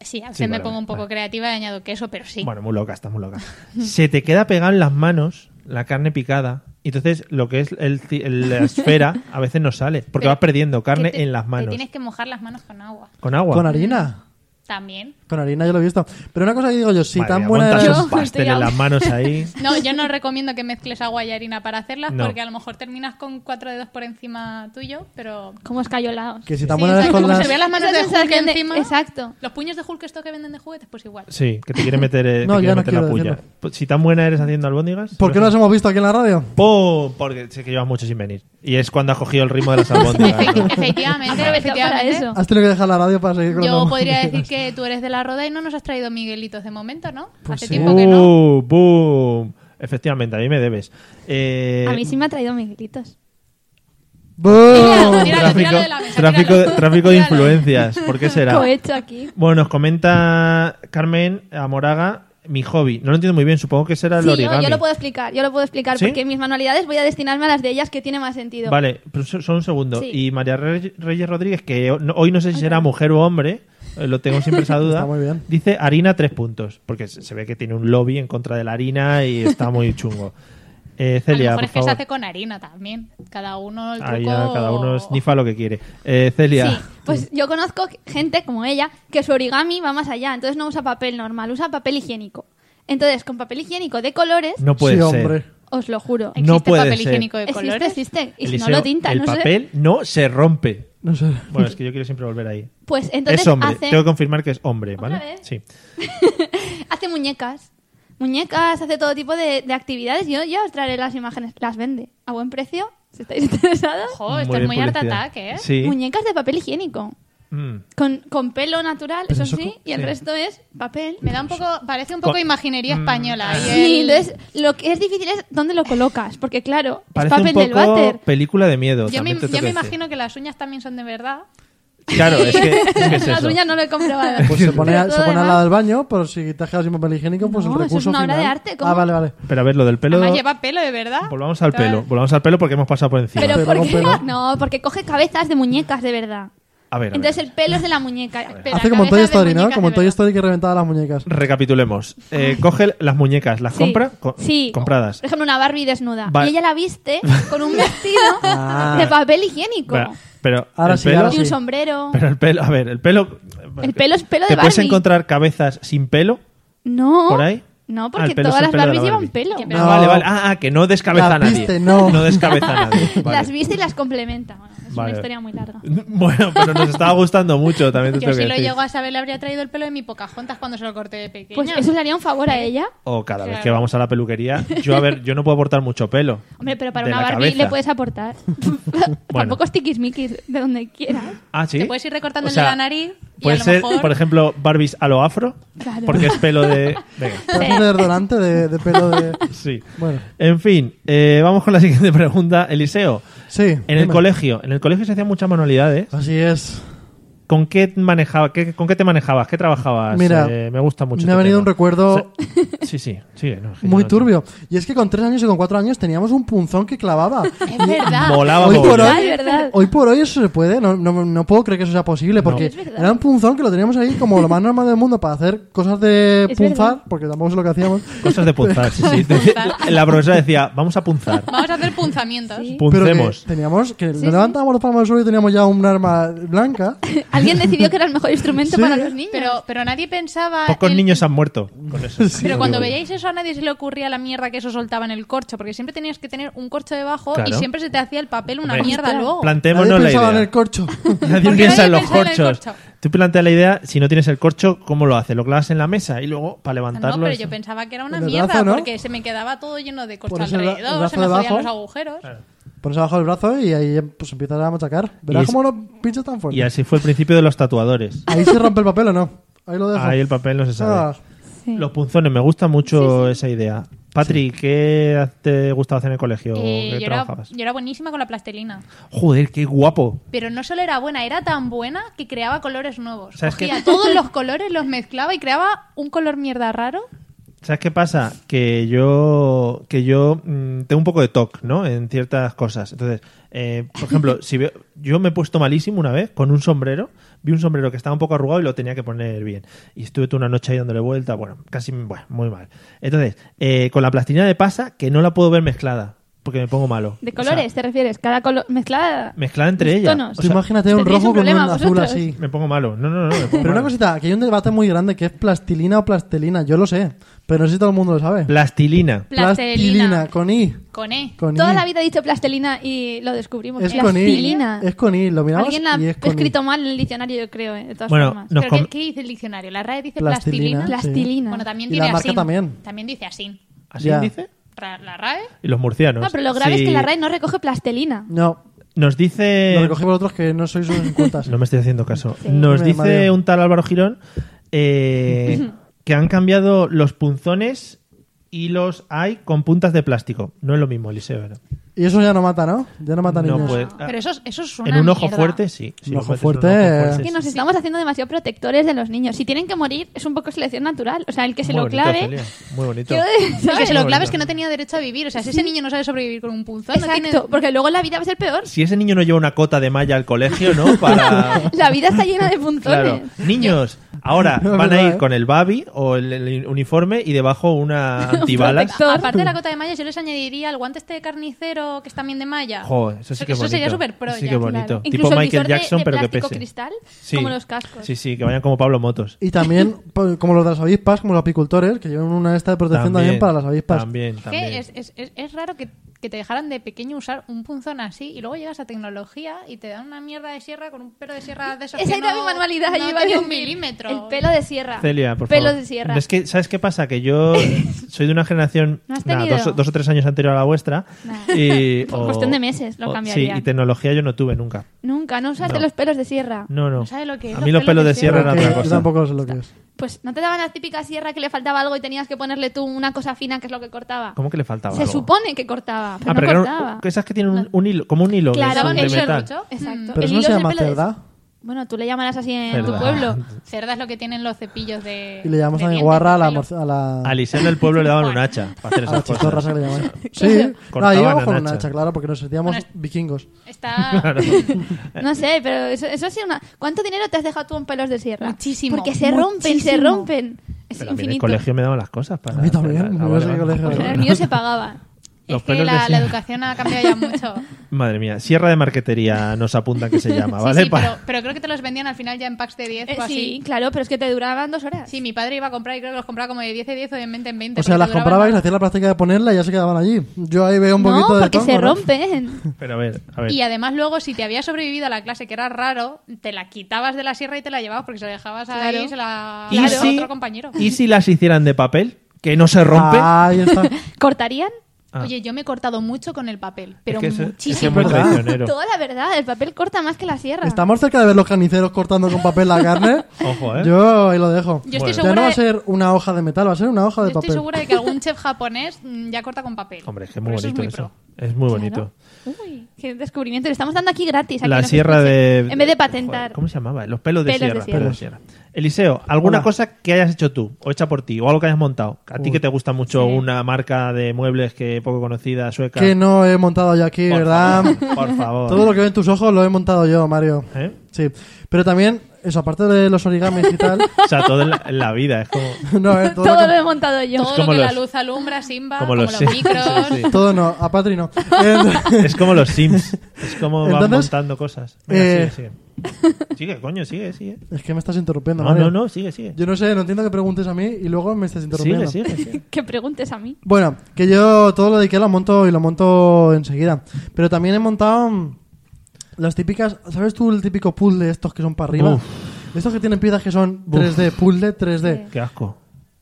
Sí, a veces
Sí,
me
vale,
pongo un poco
vale.
creativa y añado queso, pero sí.
Bueno, muy loca, está muy loca. Se te queda pegada en las manos la carne picada. y Entonces, lo que es el, ci- el- la esfera a veces no sale, porque
Pero
vas perdiendo carne
que te-
en las manos.
Te tienes que mojar las manos con agua.
Con agua.
Con harina.
También.
Con harina yo lo he visto. Pero una cosa que digo yo, si
Madre
tan
mía,
buena
montas
era-
Yo
un pastel
estoy
en las
ahogada.
manos ahí.
No, yo no recomiendo que mezcles agua y harina para hacerlas
No.
porque a lo mejor terminas con cuatro dedos por encima tuyo, pero...
Como escayolados.
Que si tan
Sí,
buena
o sea,
eres con
como
las...
se ve las manos
Esa
de Hulk
sensación de-
encima.
exacto.
Los puños de Hulk, esto que venden de juguetes, pues igual.
Sí, que te quiere meter, eh, te
No,
quiere
ya no
meter la
quiero
puya.
decirlo.
Pues, Si tan buena eres haciendo albóndigas.
¿Por qué no las hemos visto aquí en la radio?
¡Pum! Porque sé que llevas mucho sin venir. Y es cuando has cogido el ritmo de las albóndigas. ¿no?
Efectivamente,
Aprovecha para
efectivamente.
eso.
Has tenido que dejar la radio para seguir con
Yo
los-
podría decir que tú eres de la roda y no nos has traído Miguelitos de momento, ¿no?
Pues
Hace
sí.
tiempo que no.
¡Bum! ¡Uh! ¡Bum! Efectivamente, a mí me debes. Eh,
A mí sí me ha traído miguelitos.
¡Bum!
Tíralo, tíralo de la mesa,
tráfico,
tíralo.
tráfico de
Tíralo.
influencias. ¿Por qué será?
Cohecho aquí.
Bueno, nos comenta Carmen Amoraga mi hobby. No lo entiendo muy bien, supongo que será el
Sí, yo,
origami.
yo lo puedo explicar, yo lo puedo explicar
¿Sí?
porque mis manualidades voy a destinarme a las de ellas que tiene más sentido.
Vale, pero so- solo un segundo.
Sí.
Y María Re- Reyes Rodríguez, que ho- no- hoy no sé si será mujer o hombre, eh, lo tengo siempre esa duda,
Está muy bien.
dice harina tres puntos, porque se se ve que tiene un lobby en contra de la harina y está muy chungo. Eh,
A lo
Celia,
mejor
por
es que se
favor.
hace con harina también. Cada uno el truco...
Ahí ya cada uno snifa lo que quiere. Eh, Celia,
Sí, pues yo conozco gente como ella que su origami va más allá, entonces no usa papel normal, usa papel higiénico. Entonces, con papel higiénico de colores,
no puede
sí,
ser.
hombre.
os lo juro.
¿Existe
No puede
papel
ser.
higiénico de
existe,
colores?
existe. Y si no
Eliseo,
lo tinta,
el
no sé.
papel no se rompe.
No sé.
Bueno, es que yo quiero siempre volver ahí.
Pues entonces
es hombre,
hace,
tengo que confirmar que es hombre, ¿vale?
¿Otra vez?
Sí.
hace muñecas. Muñecas, hace todo tipo de, de actividades. Yo ya os traeré las imágenes. Las vende a buen precio, si estáis interesados.
Ojo, esto
bien
es muy harta
publicidad.
ataque, ¿eh?
Sí.
Muñecas de papel higiénico.
Mm.
Con, con pelo natural,
Pero
eso,
eso
sí,
co-
y el
sí.
resto es papel.
Me da un poco... Parece un poco
Con- Mm,
imaginería española.
Ah.
ahí
Sí,
el-
entonces lo que es difícil es dónde lo colocas, porque claro,
Parece
es papel
un poco
del váter.
película de miedo.
Yo me,
también te
yo
tengo
me
que decir.
imagino que las uñas también son de verdad.
Claro, es que, es que es
Las
eso.
uñas no lo he comprobado.
Pues se pone,
Pero
a-
todo
se pone
demás-
al lado del baño, pero si te has quedado sin papel higiénico, pues
No,
el
eso es
recurso
una obra
final.
de arte, ¿cómo?
Ah, vale, vale.
Pero a ver, lo del pelo.
Además lleva pelo de verdad.
Volvamos al
Claro.
pelo. Volvamos al pelo porque hemos pasado por encima.
Pero
Pelo
¿por
con
qué?
pelo.
No, porque coge cabezas de muñecas de verdad.
a ver, a ver.
Entonces el pelo es de la muñeca.
Pero
Hace como en Toy
cabezas de
Story, ¿no?
muñecas
Como
de
en Toy
verdad.
Story que reventaba las muñecas.
recapitulemos. Eh, coge las muñecas, las
Sí,
compra. Co-
sí.
Compradas.
Por ejemplo, una Barbie desnuda.
Va-
Y ella la viste con un vestido
Ah.
de papel higiénico.
Pero, pero
Ahora
el
sí,
pelo.
ahora
Y un
sí.
sombrero.
Pero el pelo, a ver, el pelo.
El pelo es pelo de
¿Te puedes
Barbie.
encontrar cabezas sin pelo
No.
por ahí?
No,
Ah,
porque
el pelo es
todas
el
las
pelo de
Barbies
la
llevan
Barbie.
pelo.
Sí,
Ah,
No.
vale, vale. Ah, ah, que no descabeza
Las
a nadie.
viste, no.
descabeza a nadie. Vale.
Las viste y las complementa. Bueno, es
Vale.
una historia muy larga.
Bueno, pero nos estaba gustando mucho también. Te
Yo
tengo
si
que
lo
decir.
llego a saber le habría traído el pelo de mi Pocahontas cuando se lo corté de pequeña.
Pues eso le haría un favor a ella.
O cada vez que
Claro.
vamos a la peluquería, yo a ver, yo no puedo aportar mucho pelo.
Hombre, pero para
De
una
la
Barbie
cabeza.
le puedes aportar. Tampoco es tiquismiquis de donde quieras.
Ah, sí.
Te puedes ir recortando
O
el
sea,
de la nariz y
Puede
a lo
ser,
mejor...
por ejemplo, Barbies a lo afro,
Claro.
porque es pelo de. Venga,
Puedes hacer delante de, de pelo de...
sí.
Bueno.
En fin, eh, vamos con la siguiente pregunta, Eliseo.
Sí.
En el
dime.
colegio, en el colegio se hacían muchas manualidades.
Así es.
¿Con qué manejaba, qué- con qué te manejabas, qué trabajabas?
Mira,
Eh, me gusta mucho.
me ha
este
venido
tema.
un recuerdo-
Se- Sí, sí, sí. no, es que
Muy
yo no-
turbio. Y es que con tres años y con cuatro años teníamos un punzón que clavaba.
Es verdad.
Molaba
Hoy
mogollón.
por hoy,
Ah, es verdad.
hoy por hoy eso se puede, no, no, no puedo creer que eso sea posible, porque
Es verdad.
era un punzón que lo teníamos ahí como lo más normal del mundo para hacer cosas de
Es
punzar,
verdad.
porque tampoco es lo que hacíamos.
Cosas de punzar. sí, sí. La profesora decía, vamos a punzar.
Vamos a hacer punzamientos.
Pero que
Puncemos.
teníamos que
Sí,
nos levantábamos los palmas del suelo y teníamos ya un arma blanca.
Alguien decidió que era el mejor instrumento
Sí.
para los niños.
Pero, pero nadie pensaba...
Pocos
el-
niños han muerto con eso.
Sí.
Pero
Lo
cuando
digo yo.
veíais eso a nadie se le ocurría la mierda que eso soltaba en el corcho, porque siempre tenías que tener un corcho debajo y
Claro.
siempre se te hacía el papel una
Hombre,
mierda
Ostras.
luego.
Nadie
Plantémonos la
pensaba
idea.
en el corcho.
Nadie
Porque
piensa
nadie
en los
pensaba en el
corchos.
corcho.
Tú planteas la idea, si no tienes el corcho, ¿cómo lo haces? Lo clavas en la mesa y luego para levantarlo.
Ah, No, pero
eso.
yo pensaba que era una
El brazo,
mierda
¿no?
porque se me quedaba todo lleno de corcho
Pones el bra- el
alrededor,
brazo
se me jodían
debajo.
los agujeros.
Pones abajo el brazo y ahí pues empiezas a machacar.
Y
Verás
es-
cómo lo pinchas tan fuerte.
Y así fue el principio de los tatuadores.
Ahí se rompe el papel o no. Ahí lo dejo.
Ahí el papel no se sabe.
Ah,
Sí.
Los punzones, me gusta mucho esa idea. Patri, ¿qué te gustaba hacer en el colegio?
Eh,
¿Qué
yo, era,
trabajabas?
yo era buenísima con la plastilina.
Joder, qué guapo.
Pero no solo era buena, era tan buena que creaba colores nuevos.
¿Sabes qué?
Cogía todos los colores, los mezclaba y creaba un color mierda raro.
¿Sabes qué pasa? Que yo, que yo mm, tengo un poco de TOC, ¿no? En ciertas cosas. Entonces, eh, por ejemplo, si veo- yo me he puesto malísimo una vez con un sombrero. Vi un sombrero que estaba un poco arrugado y lo tenía que poner bien. Y estuve toda una noche ahí dándole vuelta. Bueno, casi, bueno, muy mal. Entonces, eh, con la plastilina de pasa, que no la puedo ver mezclada, porque me pongo malo.
¿De
O sea,
colores te refieres? Cada color mezclada.
Mezclada entre
Los
ellas.
tonos.
O
Tú
sea-
imagínate un
¿Tenéis
rojo
un
con un
problema
azul
vosotros?
así.
me pongo malo. No, no, no. me pongo
Pero una
malo.
cosita, que hay un debate muy grande que es plastilina o plastelina. Yo lo sé, pero no sé si todo el mundo lo sabe.
Plastilina.
Plastilina.
con I.
Con E.
Con
Toda
I.
la vida he dicho plastelina y lo descubrimos.
Es con I.
plastilina.
Es con I, lo miramos
Alguien la ha
y es con I.
escrito mal en el diccionario, yo creo, eh, de todas
Bueno,
formas.
Nos
¿Pero qué-
com-
qué, dice el diccionario? La RAE dice
Plastilina,
plastilina.
sí.
Plastilina.
Bueno,
Y
también tiene
la marca
asin.
también.
dice asin.
¿Así
Ya.
dice?
Ra- La RAE.
Y los murcianos.
No, pero lo grave
Sí.
es que la RAE no recoge plastelina.
No,
Nos dice.
lo recogí vosotros que no sois unos cuentas.
Eh, No me estoy haciendo caso. Nos
Me
dice
mareo.
un tal Álvaro Girón eh, que han cambiado los punzones y los hay con puntas de plástico. No es lo mismo, Eliseo. ¿no?
Y eso ya no mata, ¿no? Ya no mata niños.
No puede- ah,
Pero eso, es- eso es una
en un ojo
mierda.
fuerte, sí. Si
Un
lo
ojo
metes en un
fuerte, eh.
Es que
Sí,
nos estamos haciendo demasiado protectores de los niños. Si tienen que morir, es un poco selección natural. O sea, el que se
Muy
lo
bonito,
clave.
Celia, Muy bonito.
Quiero decir,
No, que
¿sabes?
se lo
Muy
clave es
bonito.
que no tenía derecho a vivir. O sea, si ese niño no sabe sobrevivir con un punzón, no
Exacto,
tiene-
porque luego la vida va a ser peor.
Si ese niño no lleva una cota de malla al colegio, ¿no? Para.
La vida está llena de
Claro.
puntones.
Niños, ahora
No, es
van a
verdad,
ir
¿eh?
con el babi o el, el uniforme y debajo una
Un
antibalas.
protector.
Aparte de la cota de malla, yo les añadiría el guante este de carnicero que es también de malla.
Jo, eso sí que es bonito.
sería súper pro.
Sí
ya,
que
claro.
bonito.
Incluso
Tipo
el
Michael
visor de-
Jackson,
de
pero que
plástico
pese.
cristal,
Sí.
como los cascos.
Sí, sí, que vayan como Pablo Motos.
Y también, po- como los de las avispas, como los apicultores, que llevan una esta de protección también, para las avispas.
También, también.
Que es, es- es- es raro que, que te dejaran de pequeño usar un punzón así y luego llegas a tecnología y te dan una mierda de sierra con un pelo de sierra de esos
Esa
que
era
no-
mi manualidad.
no
yo iba a
tiene un
decir,
milímetro.
El pelo de sierra.
Celia, por
Pelos
favor.
de sierra.
Es que, ¿sabes qué pasa? Que yo soy de una generación
¿No has
nada,
tenido?
dos, dos o tres años anterior a la vuestra.
Nah.
Y,
Por cuestión de meses lo
o-
cambiaría.
Sí, y tecnología yo no tuve nunca.
Nunca, no usaste
No.
los pelos de sierra.
No, no.
No sabe lo que es
a mí los pelos de sierra eran
Que
otra
yo
cosa.
tampoco sé lo que es.
Pues no te daban la típica sierra que le faltaba algo y tenías que ponerle tú una cosa fina que es lo que cortaba.
¿Cómo que le faltaba?
Se
algo?
supone que cortaba, pero
Ah,
no
pero que eran-
cortaba.
que esas que tienen un, un hilo, como un hilo
Claro,
de,
el
de
hilo
metal.
rucho.
Exacto.
Pero
El
eso no
hilo
se
es el
llama
pelo de-
cerda.
Bueno, tú le llamarás así en
Cerda.
tu pueblo.
Cerda es lo que tienen los cepillos de.
Y le llamamos
de
también
dientes,
guarra a la...
de pelo.
morci- A la...
A Alicia en el pueblo le daban un hacha para hacer
Ah. a la
esas
chistorra
cosas.
se le llaman. Sí, no,
Cortaban
íbamos
a
con una
Nacha.
hacha, claro, porque nos sentíamos
Bueno,
vikingos.
Está.
Claro.
No sé, pero eso, eso sí una... ¿Cuánto dinero te has dejado tú en pelos de sierra?
Muchísimo,
Porque se rompen, se
muchísimo.
rompen. Es
Pero a mí en el
infinito.
colegio me daban las cosas para.
A mí también,
para-
me
ah,
ibas al
vale.
colegio.
El mío se pagaba.
Los
es que
pelos de
la, la
sierra.
educación ha cambiado ya mucho.
Madre mía, Sierra de Marquetería nos apunta que se llama,
Ah,
Sí,
¿vale?
sí,
Pa-
pero, pero creo que te los vendían al final ya en packs de 10
Eh,
o así.
sí, claro, pero es que te duraban dos horas.
Sí, mi padre iba a comprar y creo que los compraba como de 10 a 10 o de 20 en 20.
O sea,
porque
las
duraban
comprabais,
más.
hacías la práctica de ponerla y ya se quedaban allí. Yo ahí veo un
no,
poquito de
porque se
tongo, ¿no?
rompen.
Pero a ver, a ver.
Y además luego, si te había sobrevivido a la clase, que era raro, te la quitabas de la sierra y te la llevabas porque se la dejabas ahí
Claro.
y se la
¿Y,
dejabas a
si,
otro compañero.
y si las hicieran de papel? Que no se rompen.
Ahí está.
¿Cortarían?
Ah.
Oye, yo me he cortado mucho con el papel, pero
es que eso- eso
muchísimo.
es muy
¿verdad?
traicionero.
Toda la verdad, el papel corta más que la sierra.
Estamos cerca de ver los carniceros cortando con papel la carne.
Ojo, ¿eh?
Yo ahí lo dejo.
Yo estoy
Ya
segura
no va a
de-
ser una hoja de metal, va a ser una hoja
Yo
de
estoy
papel.
segura de que algún chef japonés mm, ya corta con papel.
Hombre, es que es
Pero
muy bonito
muy
eso.
pro.
Es muy bonito.
Uy, qué descubrimiento. Le estamos dando aquí gratis. a
La
quien nos
sierra
escuche,
de...
En vez de patentar.
Joder, ¿Cómo se llamaba? Los pelos de
Pelos de
sierra.
sierra.
pelos de sierra. Eliseo, ¿alguna
Hola.
cosa que hayas hecho tú o hecha por ti o algo que hayas montado? A ti
Uy.
que te gusta mucho una marca de muebles que poco conocida, sueca.
Que no he montado yo aquí,
Por
¿verdad?
favor, por favor.
Todo lo que ven tus ojos lo he montado yo, Mario.
¿Eh?
Sí. Pero también, eso, aparte de los origamis y tal.
O sea, todo en la, en la vida. Es como...
no, eh, todo,
Todo
lo
lo he montado yo.
Todo
como
lo que la
los-
luz alumbra, Simba,
como
como,
los-
los,
sí,
micros.
sí, sí.
que- todo no, a Patri no. Eh,
Es como los Sims. Es como van
Entonces,
montando cosas. Venga,
eh,
sigue, sigue. Sigue, coño, sigue, sigue.
es que me estás interrumpiendo,
No,
Mario.
no, no, sigue, sigue.
Yo no sé, no entiendo que preguntes a mí y luego me estás
Sigue,
interrumpiendo.
sigue, sigue.
Que preguntes a mí.
Bueno, que yo todo lo de Ikea lo monto y lo monto enseguida. Pero también he montado mm, las típicas... ¿Sabes tú el típico puzzle estos que son para arriba?
Uf.
Estos que tienen piezas que son 3D, puzzle 3D.
Qué asco.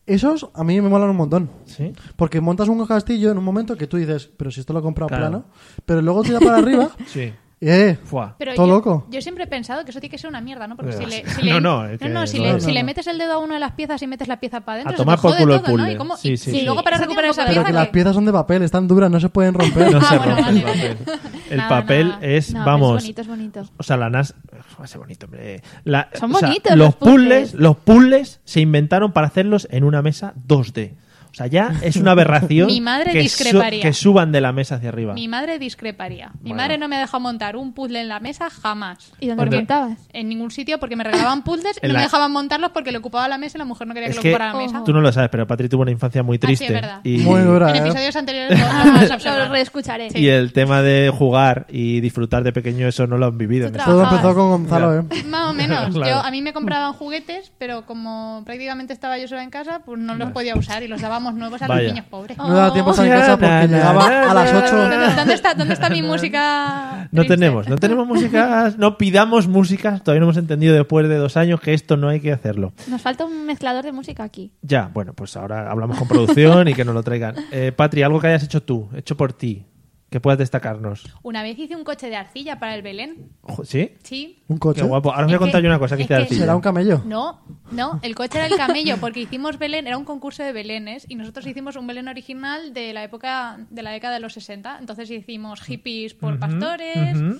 Esos a mí me molan un montón.
¿Sí?
Porque montas un castillo en un momento que tú dices, pero si esto lo he comprado
Claro.
plano, pero luego tira para arriba,
Sí.
¡eh!
Fua.
Pero
Todo
yo,
loco.
yo siempre he pensado que eso tiene que ser una mierda, ¿no? Porque
Eh,
si le,
sí.
si le-
No, no, es que
si,
no,
le,
no,
si
no.
le metes el dedo a una de las piezas y metes la pieza para
A
adentro,
tomar
se te
por
jode
culo el
todo, ¿no?
puzzle.
Y, cómo-
Sí,
y-
sí,
y
sí.
luego para
Eso
recuperar esa
tiene
Pero
pieza,
que las
¿qué?
piezas son de papel, están duras, no se pueden romper.
No se
Ah, bueno,
rompe
vale,
el
vale.
papel. El
Nada,
papel
nada.
es,
No, pero
vamos.
Es bonito, es bonito.
O sea, la NAS. Uf, hace bonito, hombre. La-
Son
o sea,
bonitos
los
los puzzles.
puzzles. Los puzzles se inventaron para hacerlos en una mesa 2D. O O sea, ya es una aberración
Mi madre
que,
discreparía.
que suban de la mesa hacia arriba.
Mi madre discreparía. Mi
Bueno.
madre no me dejó montar un puzzle en la mesa jamás.
¿Y dónde
Porque-
montabas?
En ningún sitio, porque me regalaban puzzles y
En
no
la-
me dejaban montarlos porque le ocupaba la mesa y la mujer no quería que
Es
le
que
ocupara la mesa.
Tú no lo sabes, pero Patri tuvo una infancia muy
Ah, sí, es
triste.
verdad.
y,
Muy dura,
En
¿eh?
episodios anteriores no, no las
Lo
observaron.
reescucharé.
y el tema de jugar y disfrutar de pequeño, eso no lo han vivido.
Tú
¿no?
Todo
Ajá.
empezó con Gonzalo, ¿eh?
Más o menos.
Claro.
Yo, a mí me compraban juguetes, pero como prácticamente estaba yo sola en casa, pues no los podía usar y los dábamos nuevos a
Vaya. Oh.
los niños pobres.
Oh.
No daba tiempo a salir de casa porque llegaba a las 8.
¿Dónde está, dónde está mi música?
No
triste?
tenemos, no tenemos músicas, no pidamos músicas, todavía no hemos entendido después de dos años que esto no hay que hacerlo.
Nos falta un mezclador de música aquí.
Ya, bueno, pues ahora hablamos con producción y que nos lo traigan. Eh, Patri, algo que hayas hecho tú, hecho por ti, que puedas destacarnos.
Una vez hice un coche de arcilla para el Belén.
Ojo, ¿Sí?
Sí.
Un coche.
Qué guapo. Ahora os voy a
Es que-
contar yo una cosa que
es
hice de
que-
arcilla.
¿Será un camello?
No, no, el coche era el camello, porque hicimos Belén, era un concurso de Belenes, y nosotros hicimos un Belén original de la época, de la década de los 60. Entonces hicimos hippies por pastores,
ujú.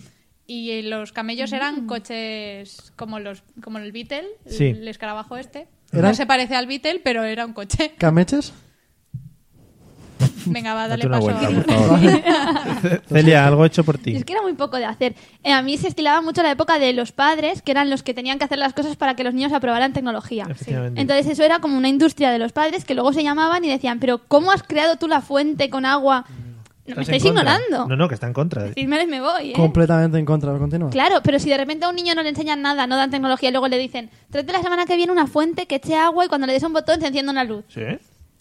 y los camellos
Mm.
eran coches como los como el Beetle, el-
Sí.
el escarabajo este.
Era-
No se parece al Beetle, pero era un coche.
¿Cameches?
Venga, va, dale
Date una
paso.
vuelta, por favor. Celia, algo hecho por
Y es
ti.
que era muy poco de hacer. Eh, a mí se estilaba mucho la época de los padres, que eran los que tenían que hacer las cosas para que los niños aprobaran tecnología.
Efectivamente.
Entonces eso era como una industria de los padres que luego se llamaban y decían, pero ¿cómo has creado tú la fuente con agua? No, me
Mm. ¿Estás en
estáis
contra?
ignorando.
No, no, que está en contra.
Decidme y me voy, ¿eh?
Completamente en contra. Continúa.
Claro, pero si de repente a un niño no le enseñan nada, no dan tecnología, y luego le dicen, tráete la semana que viene una fuente que eche agua y cuando le des a un botón se encienda una luz.
¿Sí?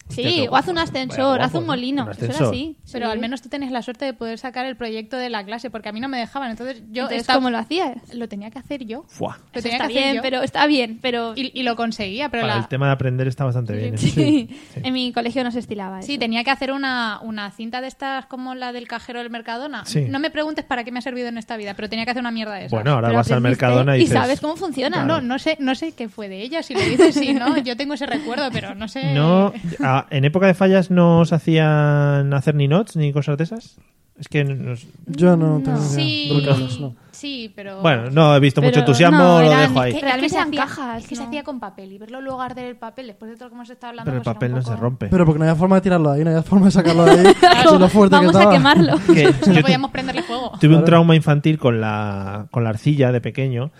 Hostia, qué
Sí, o
guapo.
haz un ascensor,
Vaya, guapo,
haz un
¿no?
molino.
Un
Eso era
ascensor.
así.
Pero
sí.
al menos tú tenías la suerte de poder sacar el proyecto de la clase, porque a mí no me dejaban. Entonces yo
Entonces,
estaba-
¿cómo lo hacías?
lo tenía que hacer yo.
Fuah.
Lo
Eso
tenía
está
que hacer
bien,
yo.
pero está bien, pero
Y, y lo conseguía, pero
Para
la,
el tema de aprender está bastante bien. ¿eh?
Sí.
Sí.
En mi colegio no se estilaba eso.
Sí, tenía que hacer una, una cinta de estas como la del cajero del Mercadona.
Sí.
No me preguntes para qué me ha servido en esta vida, pero tenía que hacer una mierda de esa.
Bueno, ahora
Pero
vas al
aprendiste
Mercadona y dices...
sabes cómo funciona.
no, no sé, no sé qué fue de ella, si lo dices sí, no, yo tengo ese recuerdo, pero no sé.
No,
Eh.
a- en época de fallas no os hacían hacer ni notes ni cosas de esas. Es que nos-
Yo no tengo idea.
Sí,
Brujas, no.
sí, pero
bueno, no he visto
Oh. Pero
mucho entusiasmo,
no,
lo
eran-
dejo ahí.
es que- Realmente eran cajas,
Es que se
¿no?
hacía con papel y verlo luego arder el papel después de todo lo que hemos estado hablando.
Pero el
pues era
papel
un
no
poco-
se rompe.
Pero porque no había forma de tirarlo de ahí, no había forma de sacarlo de ahí.
"Ah,
Si lo fuerte
Vamos
que
a
estaba.
quemarlo.
Que
No
yo
podíamos prenderle fuego.
tuve un trauma infantil con la, con la arcilla de pequeño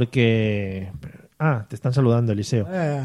porque... Ah, te están saludando, Eliseo.
Eh,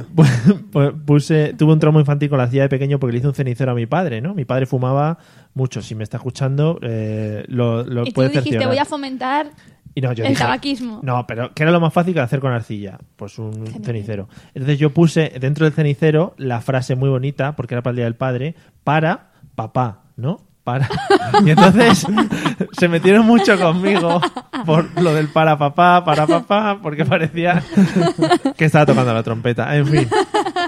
Pues Puse, tuve un trauma infantil con la arcilla de pequeño porque le hice un cenicero a mi padre, ¿no? Mi padre fumaba mucho. Si me está escuchando, eh, lo, lo
y tú
puede
dijiste,
cerciorar.
voy a fomentar
Y no, yo
El
dije-
tabaquismo.
No, pero ¿qué era lo más fácil que hacer con arcilla? Pues un cenicero. Entonces yo puse dentro del cenicero la frase muy bonita, porque era para el Día del Padre, para papá, ¿no? Para. Y entonces se metieron mucho conmigo por lo del para papá, para papá, porque parecía que estaba tocando la trompeta. En fin,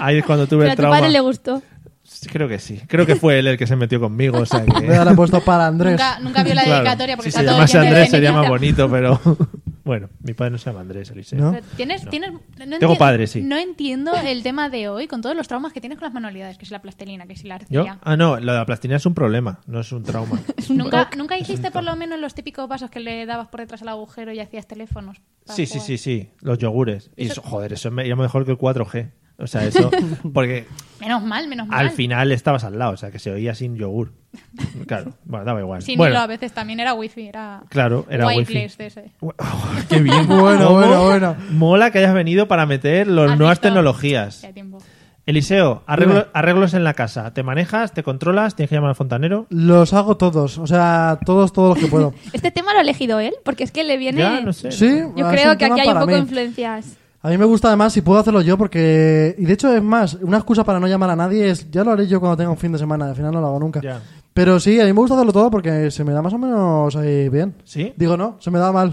ahí es cuando tuve
pero a
el
tu
trauma.
padre le gustó.
Creo que sí. Creo que fue él el que se metió conmigo. O sea que...
voy a darle puesto para Andrés.
Nunca, nunca vio la
Claro.
dedicatoria porque
si
está
se
todo
llamase
lleno de
Andrés sería más
cenizas.
bonito, pero bueno, mi padre no se llama Andrés, Eliseo.
¿No?
Pero Tienes, tienes, no
Tengo
entiendo-
padre, sí.
No entiendo el tema de hoy con todos los traumas que tienes con las manualidades, que si la plastilina, que si la
¿Yo?
arcilla.
Ah, no, lo de la plastilina es un problema, no es un trauma.
¿Nunca, ¿Nunca hiciste por lo menos los típicos vasos que le dabas por detrás al agujero y hacías teléfonos? para
sí, sí,
jugar?
sí, sí, los yogures. Y eso, joder, eso es me- era mejor que el 4G. O sea, eso, porque
Menos mal, menos mal.
al final estabas al lado, o sea, que se oía sin yogur. Claro, bueno, daba igual.
Sí,
bueno,
Nilo a veces también era wifi, era...
claro, era
wireless
wireless.
de ese.
Qué bien.
Bueno,
¿Cómo
bueno, bueno.
Mola que hayas venido para meter las
¿Has
nuevas
visto?
tecnologías.
Ya tiempo.
Eliseo, arreglo-
Dime.
arreglos en la casa. ¿Te manejas? ¿Te controlas? ¿Tienes que llamar al fontanero?
Los hago todos, o sea, todos, todos los que puedo.
Este tema lo ha elegido él, porque es que le viene...
Ya, no sé.
Sí,
Yo
es
creo
un
que
tema
aquí hay un
para
poco
mí.
de influencias.
A mí me gusta además si puedo hacerlo yo porque... Y de hecho es más, una excusa para no llamar a nadie es... Ya lo haré yo cuando tenga un fin de semana, al final no lo hago nunca.
Ya.
Pero sí, a mí me gusta hacerlo todo porque se me da más o menos ahí bien.
¿Sí?
Digo, no, se me da mal.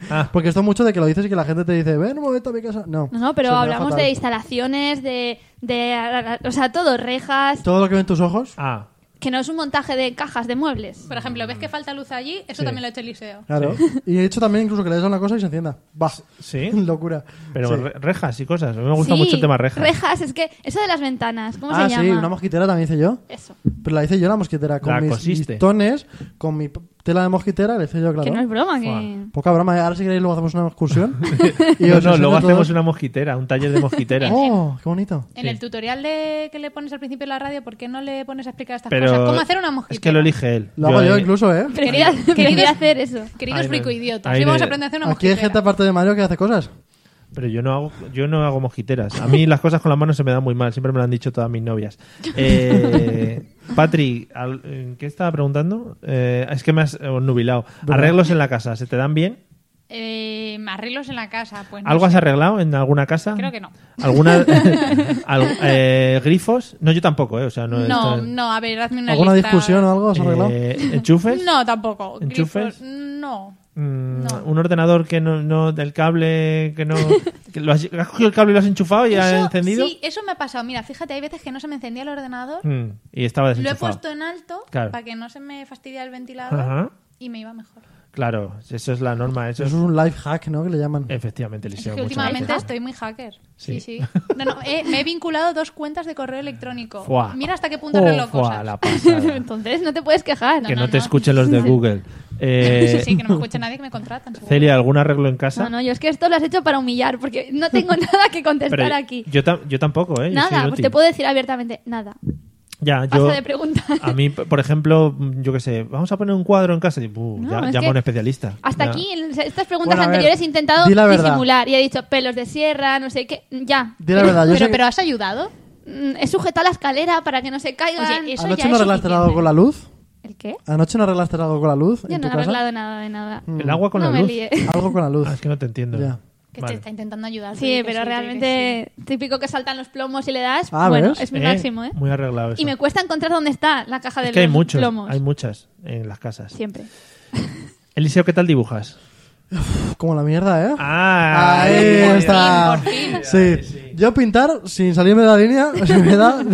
Ah.
Porque esto es mucho de que lo dices y que la gente te dice, ven un momento a mi casa. No,
No, no, pero
se me da
hablamos
fatal.
de instalaciones, de, de... O sea, todo, rejas,
Todo lo que ven tus ojos.
Ah,
que no es un montaje de cajas de muebles.
Por ejemplo, ¿ves que falta luz allí? Eso
Sí.
también lo ha hecho Eliseo.
Claro. Y de hecho también incluso que le des a una cosa y se encienda. Va.
sí.
Locura.
Pero
Sí.
re- rejas y cosas. A mí me gusta
Sí,
mucho el tema rejas.
Rejas, es que eso de las ventanas, ¿cómo
Ah,
se
sí,
llama?
una mosquitera también hice yo.
Eso.
pero la hice yo la mosquitera con
La
mis
cosiste.
listones, con mi p- tela de mosquitera, la hice yo, claro.
Que no es broma, que...
Fua.
Poca Pues broma, ahora si queréis luego hacemos una excursión. y
No,
os
no,
enseño
luego
todo.
hacemos una mosquitera, un taller de mosquiteras.
Oh, qué bonito.
En el tutorial de que le pones al principio de la radio, ¿por qué no le pones a explicar estas
Pero
cosas? ¿Cómo hacer una mosquitera?
Es que lo elige él.
Lo hago yo
eh,
incluso, ¿eh?
Prefería, prefería hacer eso.
Queridos
Ahí no-
fricoidiotas,
ahí
hoy
no-
vamos a aprender a hacer una
Aquí hay
mosquitera.
gente aparte de Mario que hace cosas.
Pero yo no hago, yo no hago mosquiteras. A mí las cosas con las manos se me dan muy mal. Siempre me lo han dicho todas mis novias. Eh, Patri, al- eh, ¿qué estaba preguntando? Eh, es que me has eh, nubilado. Arreglos en la casa, ¿se te dan bien?
Eh, arreglos en la casa, pues no
¿Algo has
sé.
arreglado en alguna casa?
Creo que no.
¿Alguna, al- eh, ¿Grifos? No, yo tampoco, ¿eh? O sea, no,
No,
esto-
no, a ver, hazme una
¿Alguna
lista.
discusión o algo? ¿Has arreglado?
Eh, ¿Enchufes?
No, tampoco.
¿Enchufes?
Grifos, No.
Mm,
no.
Un ordenador que no, no del cable, que no... que lo has, has cogido el cable y lo has enchufado y ha
Eso-
encendido.
Sí, eso me ha pasado. Mira, fíjate, hay veces que no se me encendía el ordenador,
Mm, y estaba
lo he
desenchufado.
puesto en alto
Claro.
para que no se me fastidia el ventilador
Ajá.
y me iba mejor.
Claro, eso es la norma. Eso
Eso es
es
un life hack, ¿no? Que le llaman.
Eh, efectivamente Eliseo.
Es que
muchas
últimamente
gracias.
estoy muy hacker.
Sí.
Sí, sí. No, no, eh, me he vinculado dos cuentas de correo electrónico.
Fuá.
Mira hasta qué punto
Oh,
arreglo
fuá,
cosas.
la pasada.
Entonces no te puedes quejar.
que no,
no,
te
no.
escuchen los de Google. Eh,
Sí, sí, que no me escuche nadie que me contratan. seguro.
Celia, ¿algún arreglo en casa?
No, no, yo es que esto lo has hecho para humillar, porque no tengo nada que contestar
Pero
aquí.
Yo, tam- yo tampoco, ¿eh? Yo soy
nada, pues
inútil.
te puedo decir abiertamente, nada.
Ya,
Pasa
yo,
de preguntas.
A mí, p- por ejemplo, yo qué sé, vamos a poner un cuadro en casa. Y, buh,
No,
ya-
es
llamo
que
a un especialista.
Hasta
Ya.
aquí, en estas preguntas
Bueno, a ver,
anteriores he intentado
di la verdad.
disimular y he dicho pelos de sierra, no sé qué, ya.
Di la verdad, yo
pero,
sé que-
pero has ayudado.
Mm, He sujetado la escalera para que no se caigan.
Oye, eso ya
¿Anoche
es
no arreglaste
suficiente.
algo con la luz?
¿El qué?
¿Anoche no arreglaste algo con la luz?
Yo
en
no
tu
he
casa?
arreglado nada de nada.
Mm,
El agua con la
no me
luz.
lié.
Algo con la luz.
Ah, es que no te entiendo.
Ya.
Que
Vale.
te está intentando ayudar. te
Sí,
digo que te digo
pero
que
realmente típico que saltan los plomos y le das.
Ah,
bueno,
¿ves?
es mi
Eh,
máximo, ¿eh?
Muy arreglado eso.
Y me cuesta encontrar dónde está la caja de
es que hay
los
muchos,
plomos.
hay muchas en las casas.
Siempre.
Eliseo, ¿qué tal dibujas?
Uf, Como la mierda, ¿eh?
Ah,
Ahí está.
por fin.
Sí. Yo pintar sin salirme de la línea se me da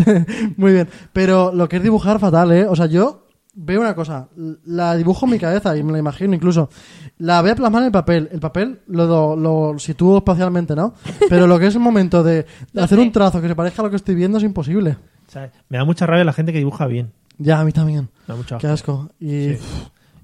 muy bien. Pero lo que es dibujar, fatal, ¿eh? O sea, yo veo una cosa. La dibujo en mi cabeza y me la imagino incluso. La voy a plasmar en el papel. El papel lo, do- lo sitúo espacialmente, ¿no? Pero lo que es el momento de hacer un trazo que se parezca a lo que estoy viendo es imposible.
¿Sabes? Me da mucha rabia la gente que dibuja bien.
Ya, a mí también.
Me da mucha
Qué asco. Y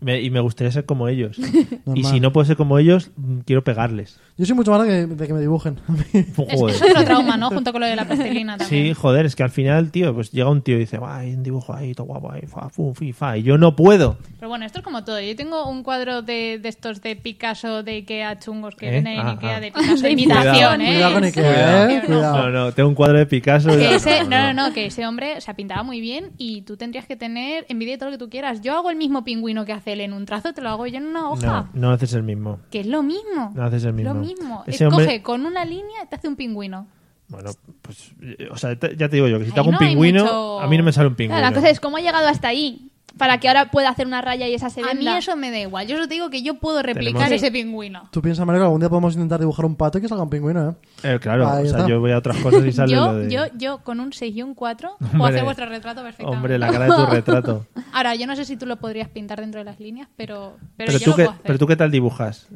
Me- y me gustaría ser como ellos. y
Normal.
si no puedo ser como ellos, mm, quiero pegarles.
yo soy mucho más de que, de que me dibujen.
Joder.
Es otro trauma, ¿no? Junto con lo de la plastilina
Pues Sí,
también.
joder, es que al final, tío, pues llega un tío y dice, "Buah, hay un dibujo ahí, todo guapo ahí, fa, fu, fi, fa", y yo no puedo.
Pero bueno, esto es como todo. Yo tengo un cuadro de, de estos de Picasso, de Ikea chungos que
¿Eh?
vienen en
Ah,
Ikea,
ah.
de Picasso,
De
de imitación, ¿eh?
Cuidado con Ikea, ¿eh? Cuidado.
No, no, tengo un cuadro de Picasso. y-
Que ese, no, no, no, que ese hombre se ha pintado muy bien y tú tendrías que tener envidia de todo lo que tú quieras. Yo hago el mismo pingüino que hace él en un trazo, te lo hago yo en una hoja.
No, no haces el mismo.
Que es lo mismo.
No haces el mismo.
Lo mismo.
Ese
Escoge
hombre-
con una línea y te hace un pingüino.
Bueno, pues, eh, o sea, te- ya te digo yo, que si te
Ahí
hago un
no hay
pingüino,
mucho-
a mí no me sale un pingüino.
Claro, la cosa es cómo ha llegado hasta ahí para que ahora pueda hacer una raya y esa se
A mí
venda?
eso me da igual. Yo solo te digo que yo puedo replicar
Tenemos-
ese pingüino.
Tú piensas, Mario, que algún día podemos intentar dibujar un pato y que salga un pingüino, ¿eh?
Eh, claro,
Ahí
o sea,
está.
yo voy a otras cosas y sale lo
Yo,
de...
yo, yo con un 6 y un 4 puedo
Hombre,
hacer vuestro retrato perfectamente.
Hombre, la cara de tu retrato.
Ahora, yo no sé si tú lo podrías pintar dentro de las líneas, pero, pero,
Pero,
yo
tú
lo
qué,
puedo hacer.
pero tú qué tal dibujas.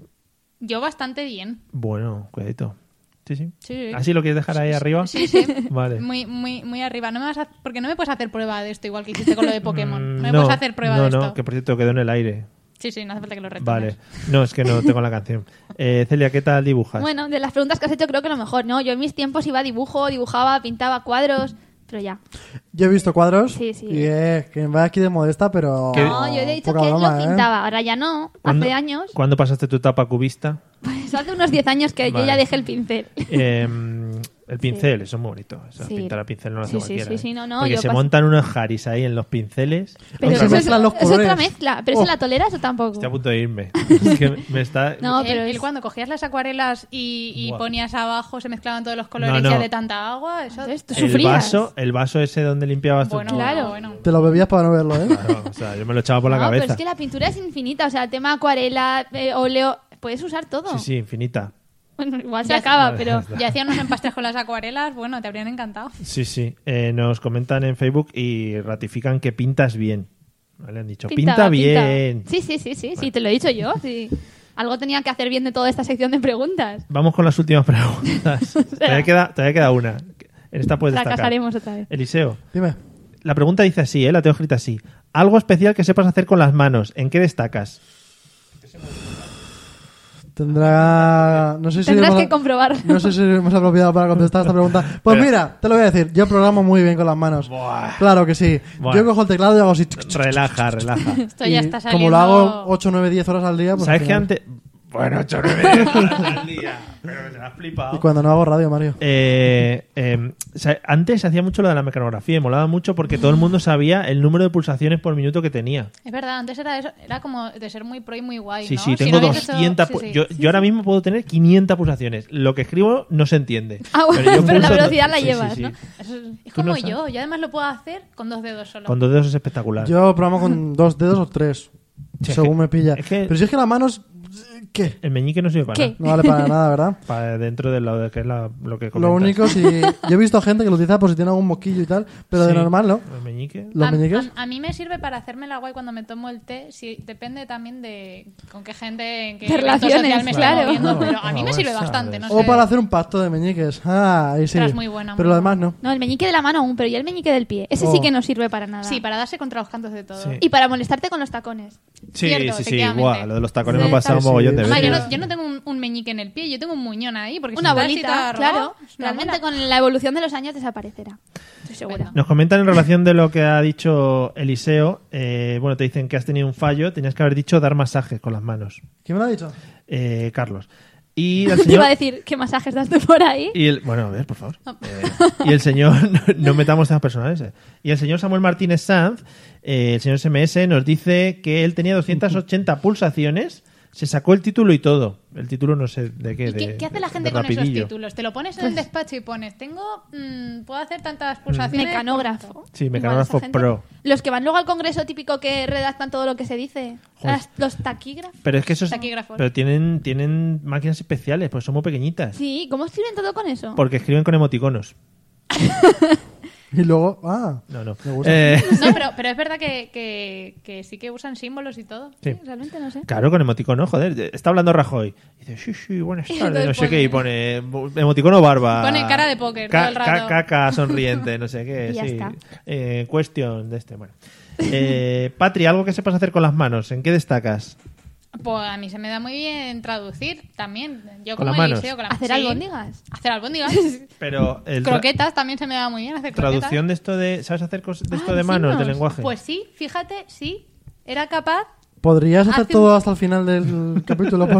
Yo bastante bien.
Bueno, cuidadito. Sí, sí.
Sí.
¿Así lo quieres dejar ahí arriba?
Sí, sí.
Vale.
Muy, muy, muy arriba. No me vas a- Porque no me puedes hacer prueba de esto, igual que hiciste con lo de Pokémon.
Mm,
No me puedes hacer prueba
no,
de esto.
No, que por cierto quedó en el aire.
Sí, sí, no hace falta que lo
Vale.
retomes.
No, es que no tengo la canción. Eh, Celia, ¿qué tal dibujas?
Bueno, de las preguntas que has hecho creo que lo mejor, ¿no? Yo en mis tiempos iba a dibujo, dibujaba, pintaba cuadros, pero ya.
Yo he visto cuadros.
Sí, sí.
Y eh, que me va aquí de modesta, pero.
No, yo he dicho
Ah, poca
que él
broma,
lo
¿eh?
pintaba, ahora ya no,
¿Cuándo-
hace años.
¿Cuándo pasaste tu etapa cubista?
Pues hace unos 10 años que
Vale.
yo ya dejé el pincel.
Eh, el pincel, eso es muy bonito. Eso,
Sí.
Pintar a pincel no lo hace
Sí, sí,
cualquiera. ¿eh?
sí, sí, no, no,
Porque
yo
se
pas-
montan unos jaris ahí en los pinceles.
Pero
Aunque
eso es,
mezclan los
es otra
colores.
mezcla, pero ¿eso
Oh.
la toleras o tampoco?
Estoy a punto de irme. Es que me está...
No,
Él-
pero
él
es-
cuando cogías las acuarelas y, y
Buah.
ponías abajo, se mezclaban todos los colores
No, no.
ya de tanta agua, eso...
Entonces, tú
el,
sufrías.
vaso, el vaso ese donde limpiabas tu-
Bueno,
Claro.
bueno.
Te lo bebías para no verlo, ¿eh?
Claro, o sea, yo me lo echaba por la
no,
cabeza.
pero es que la pintura es infinita, o sea, tema acuarela, eh, óleo, puedes usar todo.
Sí, sí, infinita.
Bueno, igual se
Ya-
acaba, pero
Y hacían unos empastres con las acuarelas, bueno, te habrían encantado.
Sí, sí. Eh, nos comentan en Facebook y ratifican que pintas bien. ¿Vale? Han dicho,
pintaba,
pinta
pintaba.
bien.
Sí, sí, sí, sí, sí, te lo he dicho yo. sí. Algo tenía que hacer bien de toda esta sección de preguntas.
Vamos con las últimas preguntas. todavía, queda, todavía queda una. En esta puedes destacar.
Fracasaremos otra vez.
Eliseo,
Dime.
la pregunta dice así, ¿eh? la tengo escrita así. Algo especial que sepas hacer con las manos. ¿En qué destacas?
Tendrá. No sé si
Tendrás
iremos
que comprobar.
No sé si más apropiado para contestar esta pregunta. Pues
Pero-
mira, te lo voy a decir. Yo programo muy bien con las manos. Claro que sí.
Buah.
Yo cojo el teclado y hago así.
Relaja, relaja.
Esto ya
Y
está
Como
saliendo.
lo hago 8, 9, 10 horas al día. Pues
¿Sabes
al
qué
final-
antes...? Bueno, ocho nueve horas al día. Pero se la has flipado.
Y cuando no hago radio, Mario.
Eh, eh, o sea, antes se hacía mucho lo de la mecanografía y molaba mucho porque todo el mundo sabía el número de pulsaciones por minuto que tenía.
Es verdad, antes era eso, era como de ser muy pro y muy guay.
Sí,
¿no?
sí,
Si
tengo
no habías hecho-
200.
sí,
pu-
sí.
Yo, yo ahora mismo puedo tener 500 pulsaciones. Lo que escribo no se entiende.
Ah, bueno,
yo
pero la
pulso-
velocidad la
sí, sí,
llevas,
sí.
¿no?
Eso es- es
Tú no
como
sabes.
yo, yo además lo puedo hacer con dos dedos solo.
Con dos dedos es espectacular.
Yo programo con dos dedos o tres.
Sí, es
según
que-
me pilla.
es que-
Pero si es que las manos. ¿Qué?
El meñique no sirve para
¿Qué?
nada.
No vale para nada, ¿verdad?
Para dentro de lo de que es la- lo que
Lo
comentas.
único, si. Yo he visto gente que lo utiliza por si tiene algún moquillo y tal. Pero de
Sí.
normal, ¿no?
El meñique.
Los
a,
meñiques.
a- a mí me sirve para hacerme la guay cuando me tomo el té. Si, depende también de con qué gente, en qué
De
evento
relaciones,
social me estoy
claro.
moviendo, pero a mí
Ah,
me sirve
sabes.
bastante. No
O
sé.
para hacer un pacto de meñiques. Ah, ahí sí.
Ostras, muy buena,
pero
muy
lo demás no.
No, el meñique de la mano aún, pero ya el meñique del pie. Ese sí
Oh.
que no sirve para nada.
Sí, para darse contra los cantos de todo.
Sí.
Y para molestarte con los tacones.
Sí,
Cierto,
sí, sí.
efectivamente.
Buah, lo de los tacones me
Sí,
ha pasado un
sí, sí.
mogollón de
Además,
Además, yo
veces.
no, yo no tengo un, un meñique en el pie, yo tengo un muñón ahí. Porque
Una
si estás
bolita,
así toda
claro.
arrugada, es una bola.
Realmente con la evolución de los años desaparecerá. Estoy segura.
Nos comentan en relación de lo que ha dicho Eliseo. eh, bueno, te dicen que has tenido un fallo. Tenías que haber dicho dar masajes con las manos,
¿Quién me lo ha dicho?
eh, Carlos. Y el
Te iba
señor.
a decir, ¿qué masajes das tú por ahí?
Y el, bueno, a ver, por favor. Eh, y el señor. No, no metamos temas personales. eh. Y el señor Samuel Martínez Sanz, eh, el señor SMS, nos dice que él tenía 280 pulsaciones. Se sacó el título y todo. El título no sé de qué.
¿Y qué,
de-
qué hace la
de
gente con esos
rapidillo.
títulos? Te lo pones en el despacho y pones, tengo, mm, puedo hacer tantas pulsaciones.
Mecanógrafo.
Sí,
Igual
mecanógrafo
esa gente.
pro.
Los que van luego al congreso típico que redactan todo lo que se dice.
Joder.
Las- los taquígrafos.
Pero es que esos.
Taquígrafos.
Pero tienen, tienen máquinas especiales, pues son muy pequeñitas.
Sí, ¿cómo escriben todo con eso?
Porque escriben con emoticonos.
Y luego. Ah.
No, no.
Me gusta.
Eh,
No, pero, pero es verdad que, que, que sí que usan símbolos y todo.
sí.
Realmente no sé.
Claro, con emoticono, joder. Está hablando Rajoy. Dice, sí, sí, buenas tardes,
Entonces
no sé
pone-
qué. Y pone emoticono barba.
Pone cara de póker todo el rato.
caca sonriente, no sé qué.
Y ya
sí.
está.
Eh, cuestión de este, bueno. Eh, Patri, algo que sepas hacer con las manos. ¿En qué destacas?
Pues a mí se me da muy bien traducir también. Yo
Con
como
las manos.
Eliseo, con la-
¿Hacer
sí.
albóndigas?
Hacer albóndigas.
Pero el tra-
croquetas también se me da muy bien hacer
traducción
croquetas.
de esto de... ¿Sabes hacer cos- de esto
Ah,
de manos, de
signos.
lenguaje?
Pues sí, fíjate, sí. Era capaz.
¿Podrías hacer
Hace
todo
un-
hasta el final del capítulo por,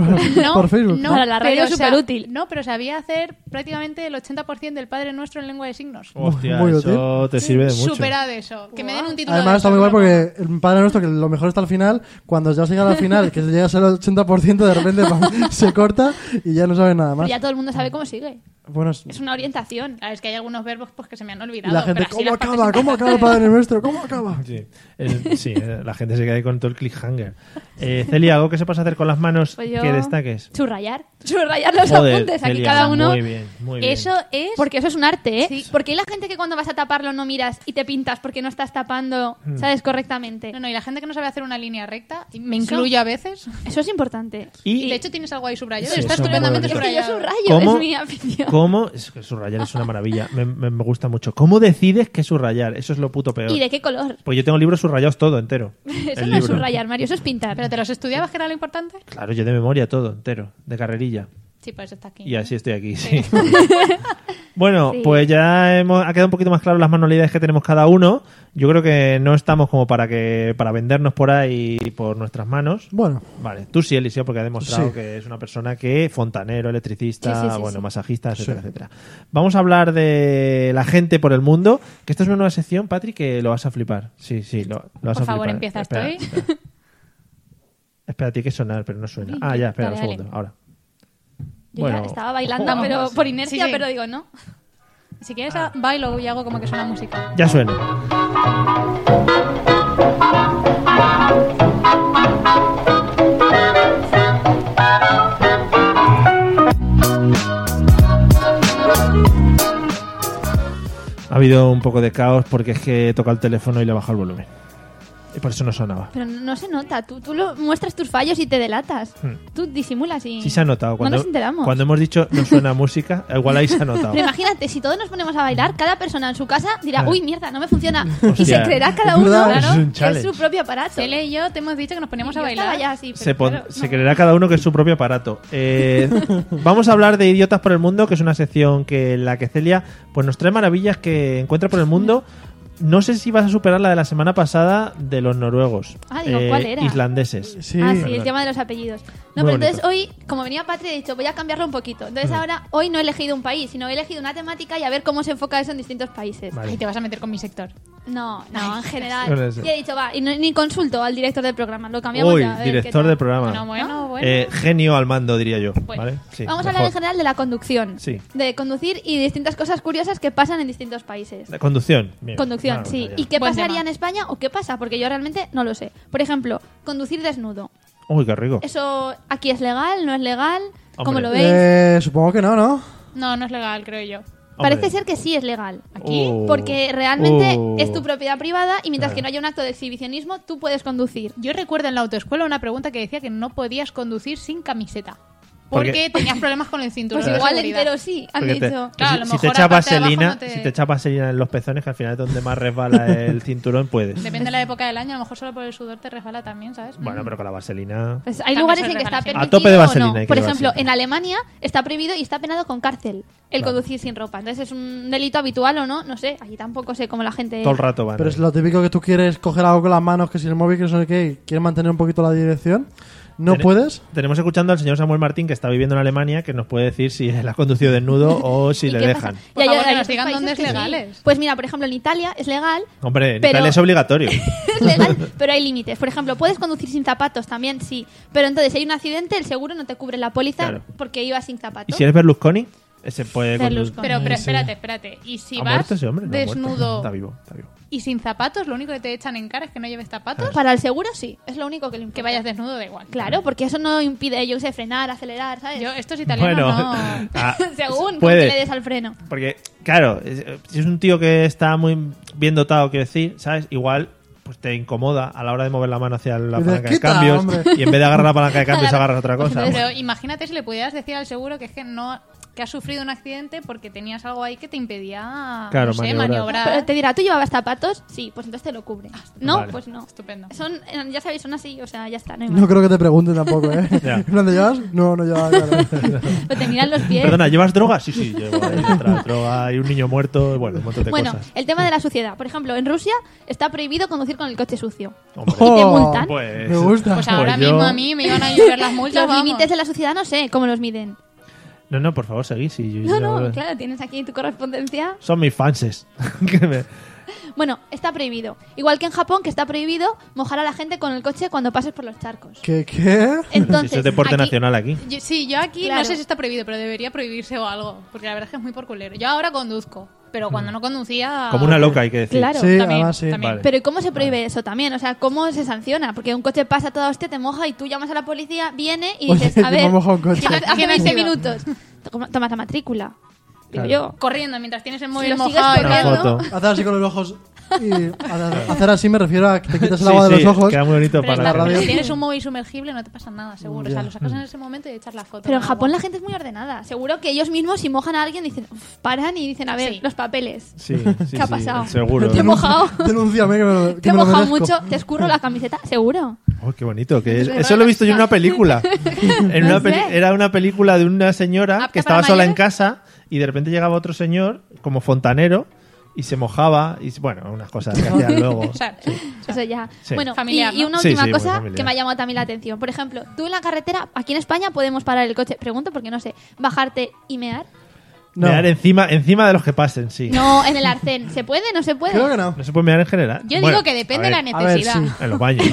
No,
por Facebook?
no,
Para la radio
pero
es
sa-
superútil.
No, pero sabía hacer prácticamente el 80% del Padre Nuestro en lengua de signos.
Hostia,
Muy útil.
eso te sirve de mucho.
Superad eso. Que me den un título.
Además,
de
está muy
eso,
guay
pero-
porque el padre nuestro, que lo mejor está al final, cuando ya se llega al final, que llega a ser el 80%, de repente pam, se corta y ya no sabes nada
Ah.
Pero
más.
ya todo el mundo sabe cómo sigue.
Bueno, es-
Es una orientación.
Ah, es que hay algunos verbos pues, que se me han
y
olvidado.
la gente,
pero así
¿cómo
las partes
acaba? ¿Cómo acaba el padre nuestro? ¿Cómo acaba?
Sí, El- sí, eh, la gente se queda ahí con todo el cliffhanger. Eh, Celia, ¿algo que sepas hacer con las manos
Pues yo-
que destaques?
Subrayar. Subrayar los
Joder,
apuntes. Aquí
Celia,
cada uno.
Muy bien, muy bien.
Eso es.
Porque eso es un arte, ¿eh?
Sí.
Porque hay la gente que cuando vas a taparlo no miras y te pintas porque no estás tapando,
Hmm.
¿sabes? Correctamente.
No, no, y la gente que no sabe hacer una línea recta, y me incluyo a veces.
Eso es importante.
Y
Y de hecho tienes algo ahí subrayado.
Sí,
está
eso es muy
estupendamente
Es
bonito.
que yo
subrayado.
subrayo,
¿Cómo?
es mi afición.
¿Cómo? Es que subrayar es una maravilla. Me, me- me gusta mucho. ¿Cómo decides qué subrayar? Eso es lo puto peor.
¿Y de qué color?
Pues yo tengo libros subrayados todo entero.
Eso
El
no es
libro.
subrayar, Mario, eso es pintar.
¿Pero te los estudiabas, que era lo importante?
Claro, yo de memoria todo entero, de carrerilla.
Sí, pues está aquí.
Y así estoy aquí, sí. bueno,
Sí.
pues ya hemos, ha quedado un poquito más claro las manualidades que tenemos cada uno. Yo creo que no estamos como para que para vendernos por ahí por nuestras manos.
Bueno,
Vale, tú sí, Eliseo, porque ha demostrado
Sí.
que es una persona que fontanero, electricista,
Sí, sí, sí,
bueno,
sí.
masajista, etcétera,
Sí.
etcétera. Vamos a hablar de la gente por el mundo, que esta es una nueva sección, Patrick, que lo vas a flipar. Sí, sí, lo, lo vas
Por
a flipar.
favor, empieza, ¿eh?
Espera,
estoy.
espera. Espera, tiene que sonar, pero no suena. Ah, ya, espera
Dale,
un
dale.
segundo, ahora.
Yo
bueno.
ya estaba bailando,
Ojo,
pero
vamos.
por inercia,
Sí, sí.
pero digo, no.
Si quieres,
Ah.
a- bailo y hago como que suena música.
Ya suena. Ha habido un poco de caos porque es que he tocado el teléfono y le he bajado el volumen. Y por eso no sonaba.
Pero no, no se nota. Tú, tú lo, muestras tus fallos y te delatas. Tú disimulas y.
Hmm. Sí se ha notado. Cuando,
no nos enteramos.
cuando hemos dicho no suena música, igual ahí se ha notado.
Pero imagínate, si todos nos ponemos a bailar, cada persona en su casa dirá,
Claro.
uy, mierda, no me funciona. Y
Hostia.
se creerá cada
Es
uno
verdad,
es un
claro, que es
challenge.
su propio aparato.
Cele y yo te hemos dicho que nos poníamos a
Yo estaba
bailar.
ya así, pero
se, pon-
claro,
se
no.
creerá cada uno que es su propio aparato. Eh, vamos a hablar de Idiotas por el Mundo, que es una sección que en la que Celia pues nos trae maravillas que encuentra por el mundo. No sé si vas a superar la de la semana pasada de los noruegos. eh,
Ah, digo, ¿cuál era?
Islandeses.
Sí.
Ah, sí, el
Perdón.
tema de los apellidos. No,
Muy
pero entonces
bonito. Hmm.
hoy, como venía Patria, he dicho, voy a cambiarlo un poquito. Entonces ahora, hoy no he elegido un país, sino he elegido una temática y a ver cómo se enfoca eso en distintos países.
Vale.
Ay, te vas a meter con mi sector.
No, no, en
No
general.
lo sé.
Y he dicho, va, y no- ni consulto al director del programa, lo cambiamos
Uy,
eh, ya. a ver qué
director
tal.
del programa.
Bueno, bueno, bueno.
Eh, genio al mando, diría yo.
Bueno.
¿vale? Sí,
Vamos a hablar en
mejor.
general de la conducción.
Sí.
De conducir y distintas cosas curiosas que pasan en distintos países.
La conducción. Bien.
Conducción,
Ah,
sí.
bueno, ya.
¿Y qué
Buen
pasaría
tema.
en España o qué pasa? Porque yo realmente no lo sé. Por ejemplo, conducir desnudo.
Uy, qué rico.
¿Eso aquí es legal? ¿No es legal? ¿Cómo
Hombre.
lo veis?
Eh, supongo que no, ¿no?
No, no es legal, creo yo.
Parece
Hombre.
ser que sí es legal.
Aquí,
Oh.
Porque realmente
Oh.
es tu propiedad privada y mientras
Claro.
que no haya un acto de exhibicionismo, tú puedes conducir.
Yo recuerdo en la autoescuela una pregunta que decía que no podías conducir sin camiseta.
¿Por
Porque
qué?
tenías problemas con el cinturón.
Pues
de
igual
seguridad.
entero sí, han
Porque te-
dicho.
si-
Claro, a lo
si, te
mejor
echas
la parte de abajo
vaselina,
no te-
si te echas vaselina en los pezones, que al final es donde más resbala el cinturón, puedes.
Depende de la época del año, a lo mejor solo por el sudor te resbala también, ¿sabes?
Bueno, pero con la vaselina.
Pues hay
También
lugares
son
en que está
regalaciones.
permitido
A tope de vaselina
o no.
hay que
Por
llevar
ejemplo,
siempre.
en Alemania está prohibido y está penado con cárcel el
Claro.
conducir sin ropa. Entonces es un delito habitual o no, no sé. Allí tampoco sé cómo la gente...
Todo el rato van.
Pero
ahí.
es lo típico que tú quieres coger algo con las manos, que si el móvil, que no sé qué, y quieres mantener un poquito la dirección. ¿No
Tene-
puedes?
Tenemos escuchando al señor Samuel Martín, que está viviendo en Alemania, que nos puede decir si él ha conducido desnudo o si
¿Y
le
qué
dejan.
pasa?
Por
Y hay-
favor, que
hay
nos
otros
digan
países
dónde es
que sí.
legales.
Pues mira, por ejemplo, en Italia es legal.
Hombre, en
pero-
Italia es obligatorio.
es legal, pero hay límites. Por ejemplo, puedes conducir sin zapatos también, sí. Pero entonces, si hay un accidente, el seguro no te cubre la póliza
Claro.
porque ibas sin zapatos.
¿Y si eres Berlusconi? Se puede condu-
Berlusconi.
Pero, pero
Ay, sí.
espérate, espérate. Y si
¿Ha
vas
muerto ese hombre? No, ha muerto.
desnudo
Está vivo, está vivo.
y sin zapatos, lo único que te echan en cara es que no lleves zapatos.
Ah.
Para el seguro, sí. Es lo único que le importa.
Que vayas desnudo, da igual.
Claro, porque eso no impide, yo qué sé, frenar, acelerar, ¿sabes?
Yo, estos italianos
bueno,
no.
ah,
Según cómo te
puede.
le des al freno.
Porque, claro, es- eh, si es un tío que está muy bien dotado, quiero decir, ¿sabes? Igual pues te incomoda a la hora de mover la mano hacia la
Dices,
palanca de
"Quita,
cambios
hombre".
y en vez de agarrar la palanca de cambios agarras otra cosa.
Pero imagínate si le pudieras decir al seguro que es que no que has sufrido un accidente porque tenías algo ahí que te impedía
Claro,
no sé,
maniobrar.
maniobrar.
Pero te dirá, ¿tú llevabas zapatos? Sí, pues entonces te lo cubre. No,
Vale.
pues no.
Estupendo.
Ah,
Son, eh, ya sabéis, son así, o sea, ya está. No, hay
No
más.
creo que te pregunten tampoco, ¿eh?
Ya.
¿En plan de llevas? No, no llevas. claro.
Lo te miran los pies.
Perdona, ¿llevas droga? Sí, sí, llevo ahí detrás droga y un niño muerto, y bueno, un montón de
bueno,
cosas.
el tema de la suciedad. Por ejemplo, en Rusia está prohibido conducir con el coche sucio.
Hombre,
Y te multan.
pues-
Oh, Me gusta.
Pues ahora
Pues yo-
mismo a mí me iban a llover las multas.
Los
vamos.
límites de la suciedad no sé cómo los miden.
No, no, por favor, seguí. sí, yo-
No,
yo-
no, claro, tienes aquí tu correspondencia.
Son mis fanses. Que me-
Bueno, está prohibido. Igual que en Japón, que está prohibido mojar a la gente con el coche cuando pases por los charcos.
¿Qué? ¿Qué?
Entonces,
Si eso es deporte
aquí-
nacional aquí.
Yo- sí, yo aquí
Claro.
no sé si está prohibido, pero debería prohibirse o algo. Porque la verdad es que es muy por culero. Yo ahora conduzco, pero cuando no conducía.
Mm. Como una loca, hay que decir.
Claro.
sí,
también,
además sí.
también.
Vale.
Pero ¿y cómo se prohíbe eso también? O sea, ¿cómo se sanciona? Porque un coche pasa toda hostia, te moja y tú llamas a la policía, viene y
Oye,
dices,
que
a
me ha
ver,
mojado un coche.
hace
¿Quién ha
20
sido?
minutos. Toma- Tomas la matrícula. Digo
Claro.
yo.
Corriendo mientras tienes el móvil
lo sigues
mojado. y
Una
corriendo,
tal.
foto.
Hacer así con los ojos. Y hacer hacer así me refiero a que te quitas el
Sí,
agua de
sí,
los ojos.
Queda muy bonito
Pero
para
está-
la radio.
si tienes un móvil sumergible no te pasa nada, seguro. O sea, lo sacas en ese momento y echas la foto.
Pero en
¿no?
Japón la gente es muy ordenada. Seguro que ellos mismos si mojan a alguien dicen, "Uf, paran y dicen, a ver,
Sí.
los papeles.
Sí, sí,
¿Qué ha
sí,
pasado?
Seguro.
Te he mojado.
Denúnciame que me lo- que
Te he
me lo
mojado
merezco.
mucho, te escurro la camiseta, seguro.
Oh, qué bonito que es. Eso lo he visto yo en una película. En una peli- era una película de una señora
¿Apta
que estaba
para
sola en
mayores?
casa y de repente llegaba otro señor como fontanero y se mojaba y bueno, unas cosas que hacían luego.
O sea,
Eso ya.
Sí.
Bueno,
Familiar,
y, y
¿no?
una
Sí,
última
sí, muy
cosa
familiar.
que me ha llamado también la atención. Por ejemplo, tú en la carretera, aquí en España podemos parar el coche, pregunto porque no sé, bajarte y mear.
No.
Mear encima, encima de los que pasen, sí.
No, en el arcén. ¿Se puede? ¿No se puede?
Creo que no.
No se puede mear en general.
Yo
Bueno,
digo que depende
a
de la
ver,
a ver,
necesidad.
sí.
En los baños.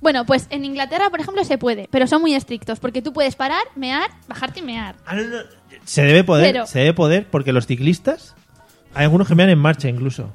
Bueno, pues en Inglaterra, por ejemplo, se puede, pero son muy estrictos porque tú puedes parar, mear, bajarte y mear.
Ah, no, no, Se debe poder,
Pero-
se debe poder porque los ciclistas, hay algunos que mean en marcha incluso.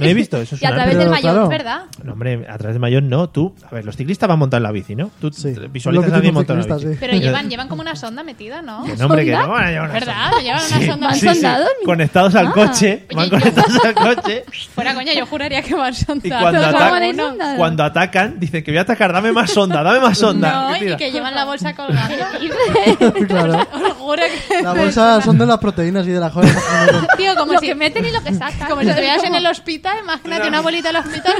No he visto eso. Es
y a
una-
través del
Pero,
mayor,
claro.
¿verdad?
No, hombre, a través de mayor no. Tú, a ver, los ciclistas van montar la bici, ¿no? Tú
Sí.
te
Lo que
visualizas a
tienen
alguien
los
montando la bici.
ciclistas,
Pero llevan, llevan como una sonda metida, ¿no?
Que no, hombre, que
¿Sonda?
no van a llevar una
¿Verdad?
sonda.
Llevan una sonda
¿Van
metida.
sondados?
Conectados al
Ah.
coche. Van
Oye, yo-
conectados al coche.
Fuera coña, yo juraría que van
Y
sondados.
cuando,
Todos
atacan-
van en sonda.
cuando atacan, dicen que voy a atacar, dame más sonda, dame más sonda.
No,
Y tira.
y que llevan la bolsa colgada.
Claro.
Os juro que...
Las bolsas son de las proteínas y de las joyas.
Tío, como
Lo
si...
que meten y lo que sacan.
Como si estuvieras en el hospital, imagínate una bolita en el hospital.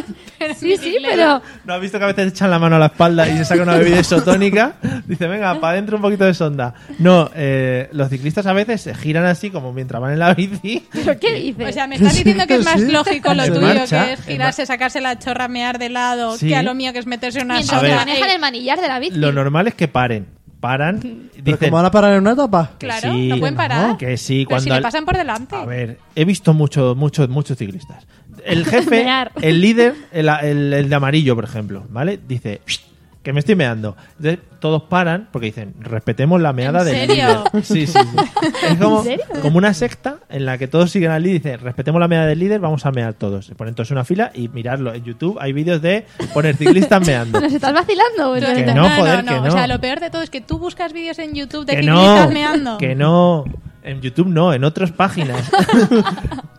Sí, sí, pero...
¿No has visto que a veces echan la mano a la espalda y se saca una bebida isotónica? Dice, venga, para adentro un poquito de sonda. No, eh, los ciclistas a veces se giran así como mientras van en la bici.
¿Pero qué dices?
O sea, me estás diciendo que es más
Sí.
lógico lo
En
tuyo,
marcha,
que es
en
girarse, sacarse la chorra, mear de lado,
Sí.
que a lo mío que es meterse una
Mientras
A
que
ver.
sonda.
manejan el manillar de la bici.
Lo normal es que paren. Paran.
Pero
Dicen,
como van a parar en una etapa.
que
Claro,
sí,
no pueden parar.
no, que sí,
Pero
cuando
si le
al-
pasan por delante.
A ver, he visto muchos, muchos, muchos ciclistas. El jefe,
Mear.
el líder, el, el- el de amarillo, por ejemplo, ¿vale? Dice "Shh, que me estoy meando. Entonces, todos paran porque dicen, respetemos la meada
¿En
del
serio?
líder. Sí, sí, sí. Es como,
¿En serio?
como una secta en la que todos siguen al líder y dicen, respetemos la meada del líder, vamos a mear todos. Se ponen todos en una fila y mirarlo. En YouTube hay vídeos de poner ciclistas meando.
¿Nos estás vacilando?
Tú-
Bueno,
Que no, joder, que
O sea,
no.
lo peor de todo es que tú buscas vídeos en YouTube de
que
que
no,
meando.
que no. En YouTube no, en otras páginas.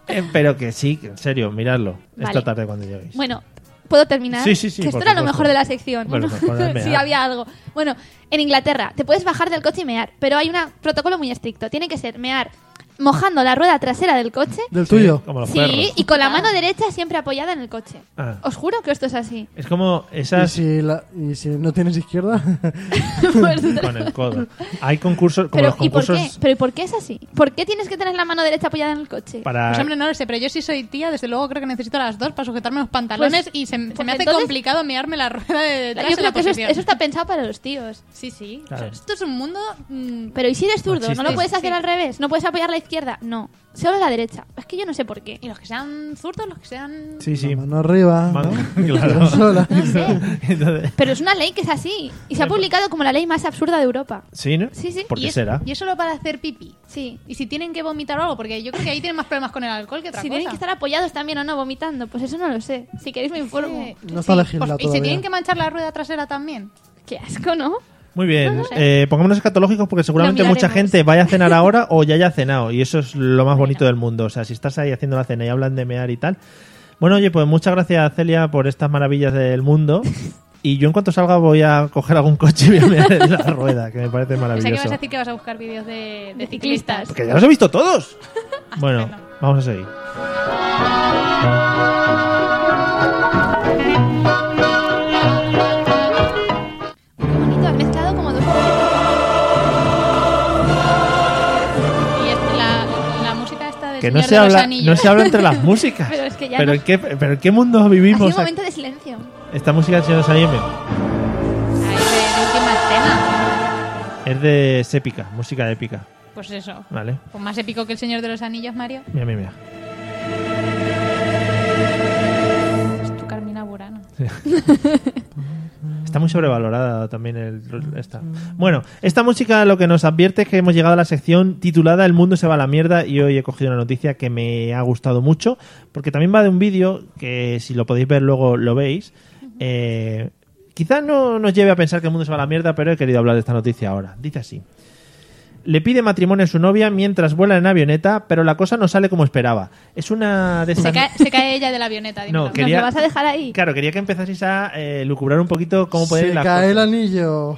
Eh, Pero que sí, que en serio, miradlo. Esta
Vale.
tarde cuando lleguéis.
Bueno, ¿puedo terminar?
Sí, sí, sí,
Que
por
esto era lo
supuesto.
mejor de la sección.
Bueno, pues ¿eh?
¿no?
mejor de mear.
sí, había algo. Bueno, en Inglaterra te puedes bajar del coche y mear, pero hay un protocolo muy estricto. Tiene que ser mear mojando la rueda trasera del coche.
Del
Sí,
tuyo.
Como los
Sí,
perros.
y con
Ah.
la mano derecha siempre apoyada en el coche.
Ah.
Os juro que esto es así.
Es como
Y
esas
si, la- y si no tienes izquierda.
con el codo. Hay concursos, como
Pero
los
¿y, por qué?
concursos
pero ¿y por qué es así? ¿Por qué tienes que tener la mano derecha apoyada en el coche?
para.
Pues hombre, no lo sé, pero yo sí soy tía, desde luego creo que necesito las dos para sujetarme los pantalones
Pues-
y se, se
pues
me hace
entonces-
complicado mearme la rueda de detrás
Yo
en la
creo que eso, es-
posición.
eso está pensado para los tíos.
Sí, sí.
Claro.
O sea, esto es un mundo... mm,
Pero ¿y si eres zurdo? ¿No
Machista.
lo puedes
Sí,
hacer
sí.
al revés? ¿No puedes apoyar la izquierda? No, solo la derecha. Es que yo no sé por qué.
Y los que sean zurdos, los que sean...
Sí, sí.
La mano arriba.
Man-
¿no?
Claro.
Sola.
Entonces-
Pero es una ley que es así. Y se ha publicado como la ley más absurda de Europa.
¿Sí, no?
Sí, sí.
¿Por
y
qué
es,
será?
Y es solo para hacer pipí.
Sí.
Y si tienen que vomitar o algo, porque yo creo que ahí tienen más problemas con el alcohol que otra
Si
cosa.
tienen que estar apoyados también o no vomitando, pues eso no lo sé. Si queréis me informo.
Sí.
No está legislado
Pues, Y si
todavía.
tienen que manchar la rueda trasera también.
Qué asco, ¿no?
Muy bien. eh, pongámonos escatológicos porque seguramente
Lo
mucha
miraremos.
gente vaya a cenar ahora o ya haya cenado. Y eso es lo más bonito del mundo. O sea, si estás ahí haciendo la cena y hablan de mear y tal. Bueno, oye, pues muchas gracias, Celia, por estas maravillas del mundo. Y yo en cuanto salga voy a coger algún coche y voy a mear en la rueda, que me parece
O
maravilloso.
sea, que vas a decir que vas a buscar vídeos de, de
De
ciclistas.
ciclistas.
Porque ya los he visto todos. Bueno,
Estupendo.
vamos a seguir.
Bonito, ha mezclado como dos cosas.
Y es la, la música esta de
Que
Señor
no se,
de los
habla,
Anillos.
no se habla entre las músicas.
Pero es que ya
Pero
no-
en qué, pero en qué mundo
Ha sido
vivimos.
un momento de silencio.
Esta música del Señor de los Anillos
Ay, de última escena.
me- es de es épica, música épica.
Pues eso.
Vale.
Pues más épico que el Señor de los Anillos, Mario.
Mira, mira, mira.
Es tu Carmina Burana.
Está muy sobrevalorada también el,
Ah,
esta. Bueno, esta música lo que nos advierte es que hemos llegado a la sección titulada El mundo se va a la mierda y hoy he cogido una noticia que me ha gustado mucho porque también va de un vídeo que si lo podéis ver luego lo veis. Eh, quizás no nos lleve a pensar que el mundo se va a la mierda, pero he querido hablar de esta noticia ahora. Dice así. Le pide matrimonio a su novia mientras vuela en avioneta, pero la cosa no sale como esperaba. Es una de
Se
estas...
cae, se cae ella de la avioneta. dime
No,
tú.
que- Quería-
¿Nos lo vas a dejar ahí?
Claro, quería que empezaseis a eh, lucubrar un poquito cómo pueden
Se
las
cae el
cosas.
anillo.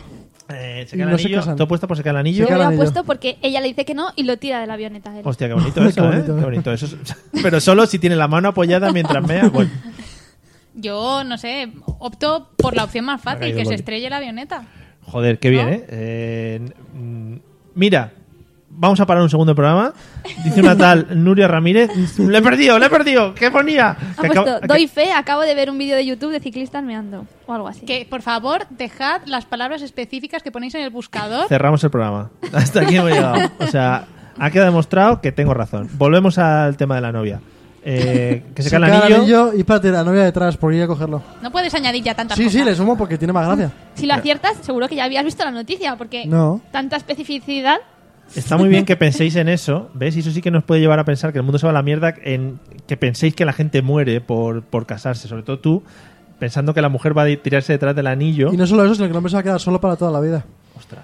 Eh, se
Y
cae el
no se
anillo.
casan.
Todo puesto por se cae el anillo.
Se
Yo
cae
lo he
anillo.
puesto porque ella le dice que no y lo tira de la avioneta. Él.
Hostia, qué bonito eso,
Qué
¿eh?
bonito.
Qué bonito eso. es- Pero solo si tiene la mano apoyada mientras mea. Bueno,
Yo, no sé, opto por la opción más
Ha
fácil,
caído
que se
Loli.
estrelle la avioneta.
joder, qué bien, ¿eh? Eh, mm, mira, vamos a parar un segundo el programa. Dice una tal Nuria Ramírez. ¡Le he perdido, le he perdido! ¿Qué ponía?
Ha
Que
puesto,
acaba- que-
doy fe, acabo de ver un vídeo de YouTube de ciclistas meando. O algo así.
Que, por favor, dejad las palabras específicas que ponéis en el buscador.
Cerramos el programa. Hasta aquí hemos llegado. O sea, ha quedado demostrado que tengo razón. Volvemos al tema de la novia. Eh, que se, cae el anillo.
y espérate, la novia detrás por ir a cogerlo.
No puedes añadir ya tantas
Sí,
cosas.
sí, le sumo porque tiene más gracia.
Si lo aciertas, seguro que ya habías visto la noticia, porque
No.
tanta especificidad
Está muy bien que penséis en eso, ¿ves? Y eso sí que nos puede llevar a pensar que el mundo se va a la mierda en que penséis que la gente muere por, por casarse, sobre todo tú, pensando que la mujer va a tirarse detrás del anillo.
Y no solo eso, sino que el hombre se va a quedar solo para toda la vida.
Ostras,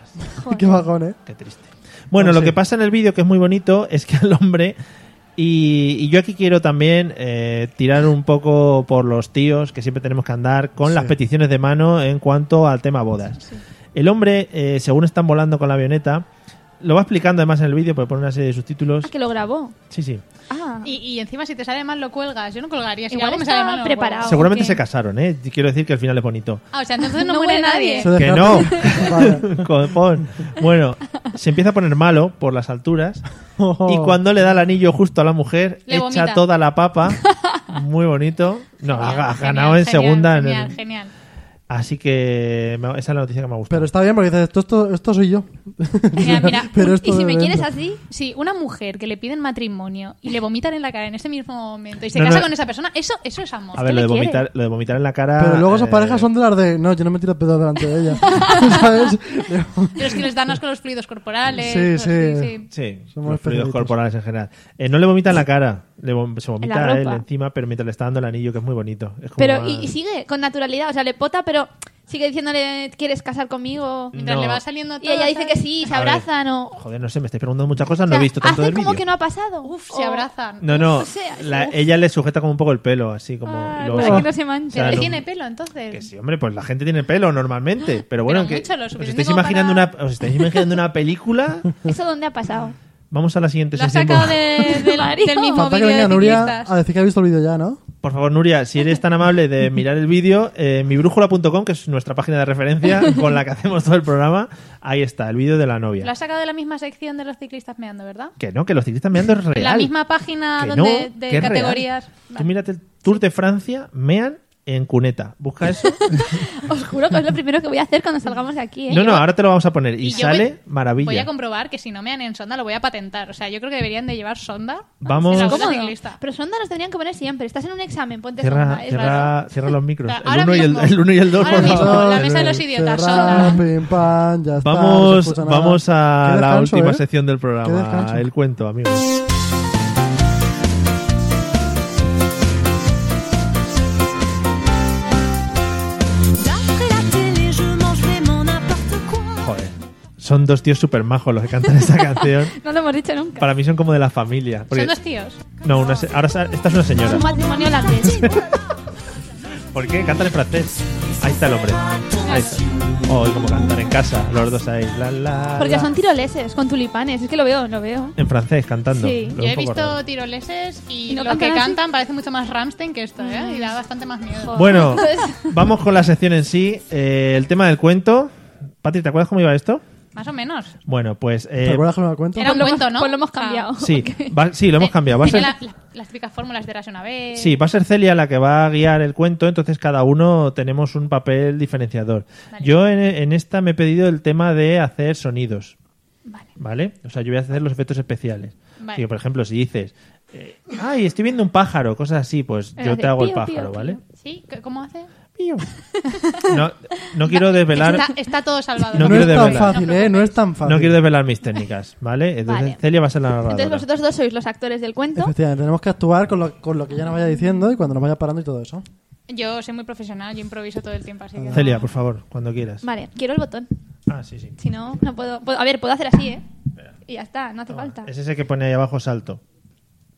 Qué bajón, ¿eh?
qué triste. Bueno,
Pues
lo
sí.
que pasa en el vídeo, que es muy bonito, es que al hombre... Y, y yo aquí quiero también eh, tirar un poco por los tíos, que siempre tenemos que andar con las
Sí.
peticiones de mano en cuanto al tema bodas. El hombre, eh, según están volando con la avioneta, lo va explicando además en el vídeo, porque pone una serie de subtítulos.
Ah, que lo grabó.
Sí, sí.
Ah.
Y, y encima, si te sale mal, lo cuelgas. Yo no colgaría. Si
Igual
algo me sale
estaba
mal, no lo
preparado.
cuelgo.
Seguramente
Ah, ok.
se casaron, ¿eh? Quiero decir que el final es bonito.
Ah, o sea, entonces no,
No
muere
muere
nadie.
nadie.
Se
Que
deja-
no.
Vale.
Cojón. Bueno, se empieza a poner malo por las alturas y
Oh.
cuando le da el anillo justo a la mujer,
Le
echa
vomita.
toda la papa. Muy bonito. No, ha, ha
Genial,
ganado en
genial,
segunda. en
Genial,
el-
genial.
Así que me- esa es la noticia que me ha gustado.
Pero está bien porque dices, esto, esto, esto soy yo.
Mira, mira,
Pero
un-
esto
y si
de
me
dentro.
quieres así,
Sí, una mujer que le piden matrimonio y le vomitan en la cara en ese mismo momento y se
No,
casa
no.
con esa persona, eso, eso es amor.
a ver, lo
¿qué
de,
le quiere?
vomitar, lo de vomitar en la cara.
Pero luego esas
eh,
parejas son de las de, no, yo no me tiro el pedo delante de ella. ¿Sabes?
De los que les dan asco los fluidos corporales.
Sí,
los-
sí.
Sí,
Son
los
muy
fluidos
pequeñitos.
corporales en general. Eh, no le vomita en la cara, le vom- se
En
vomita
la
él
ropa.
encima, pero mientras le está dando el anillo, que es muy bonito. Es como ah,
pero
más-
y, y sigue con naturalidad. O sea, le pota, pero sigue diciéndole, ¿quieres casar conmigo?
Mientras
No.
le va saliendo
Y
todo.
ella dice
¿sabes?
que sí, se
Mm. A ver.
abrazan o...
Joder, no sé, me estáis preguntando muchas cosas,
o
no
sea,
he visto tanto del
hacen como
vídeo.
que no ha pasado.
Uf, se
O-
abrazan.
No, no,
O sea,
la-
uf.
ella le sujeta como un poco el pelo, así como...
Ah,
lo-
para que no se manche.
o sea,
Pero
lo-
tiene pelo, entonces.
Que sí, hombre, pues la gente tiene pelo normalmente, pero bueno,
Pero
que-
mucho, lo
os,
suficiente
estáis
como
imaginando
para-
una, os estáis imaginando una película...
¿Eso dónde ha pasado?
Vamos a la siguiente
Lo ha
sesión.
sacado de- del-
Mario.
del mismo
Falta que
vídeo de
venga Nuria
ciclistas.
a decir que ha visto el vídeo ya, ¿no?
Por favor, Nuria, si eres tan amable de mirar el vídeo, eh, mibrújula.com, que es nuestra página de referencia con la que hacemos todo el programa, ahí está, el vídeo de la novia.
Lo ha sacado de la misma sección de los ciclistas meando, ¿verdad?
Que no, que los ciclistas meando es real.
En la misma página
Que
donde
no, que
de
es real.
categorías.
Tú mírate el Tour de Francia, mean en cuneta. Busca eso.
Os juro que es lo primero que voy a hacer cuando salgamos de aquí, ¿eh?
no, no, ahora te lo vamos a poner. Y,
Y yo
sale
voy- Voy
maravilla.
a comprobar que si no me dan en sonda lo voy a patentar. O sea, yo creo que deberían de llevar sonda.
Vamos.
en Pues la
Es
ruta
cómodo.
ciclista.
Pero sonda nos tendrían que poner siempre. Estás en un examen, ponte
Cierra,
sonda. Es raro.
cierra, cierra los micros. El
Ahora
1 y el,
mismo.
el uno y el 2,
Ahora
por
mismo,
favor.
la mesa de los idiotas,
Cerrar,
sonda.
pim, pam, ya está, no se
Vamos,
escucha nada.
vamos a
Qué
la
descanso,
última
¿eh?
sección del
Qué
programa.
descanso.
El cuento, amigos. Joder. Son dos tíos súper majos los que cantan esta canción.
No lo hemos dicho nunca.
Para mí son como de la familia. Porque-
Son dos tíos.
no, una se- ahora sa- esta es una
Es
señora.
un matrimonio holandés.
¿Por qué? Cantan en francés. Ahí está el hombre. Ahí está. Oh, y como cantan en casa, los dos ahí. La, la,
Porque
la.
son tiroleses, con tulipanes. Es que lo veo, lo veo.
En francés, cantando.
Sí.
Lo
Yo
un
he
poco
visto
raro.
tiroleses y,
¿Y no
lo que
cantan así?
cantan parece mucho más Ramstein que esto, ¿eh? Y da bastante más miedo.
Bueno,
Entonces-
vamos con la sección en sí. Eh, el tema del cuento. Patri, ¿te acuerdas cómo iba esto?
Más o menos.
Bueno, pues. eh,
¿Te acuerdas que me lo cuento?
Era un
Pues lo
cuento,
hemos-
¿no?
Pues lo hemos
O sea,
cambiado.
Sí, va- sí, lo hemos cambiado. Va a
Tenía
ser,
la- la- las típicas fórmulas de Erase una vez.
sí, va a ser Celia la que va a guiar el cuento, entonces cada uno tenemos un papel diferenciador.
Vale.
Yo en, en esta me he pedido el tema de hacer sonidos. Vale. O sea, yo voy a hacer los efectos especiales.
Vale.
Así que, por ejemplo, si dices, eh, ay, estoy viendo un pájaro, cosas así, pues
Eh,
yo
hace
te hago el
pío,
pájaro,
pío,
¿vale?
¿Sí? ¿Qué- ¿Cómo hace?
Pío. No, no quiero desvelar.
Está, está todo salvado.
No
No,
quiero
es tan
desvelar.
fácil, ¿eh? No es tan fácil.
No quiero desvelar mis técnicas, ¿vale? Entonces
Vale.
Celia va a ser la narradora.
Entonces vosotros dos sois los actores del cuento.
Efectivamente, tenemos que actuar con lo, con lo que ya nos vaya diciendo y cuando nos vaya parando y todo eso.
Yo soy muy profesional, yo improviso todo el tiempo, así que...
Celia, por favor, cuando quieras.
Vale, quiero el botón.
Ah, sí, sí.
Si no, no puedo, puedo- A ver, puedo hacer así, ¿eh? Y ya está, no hace falta.
Es ese que pone ahí abajo salto.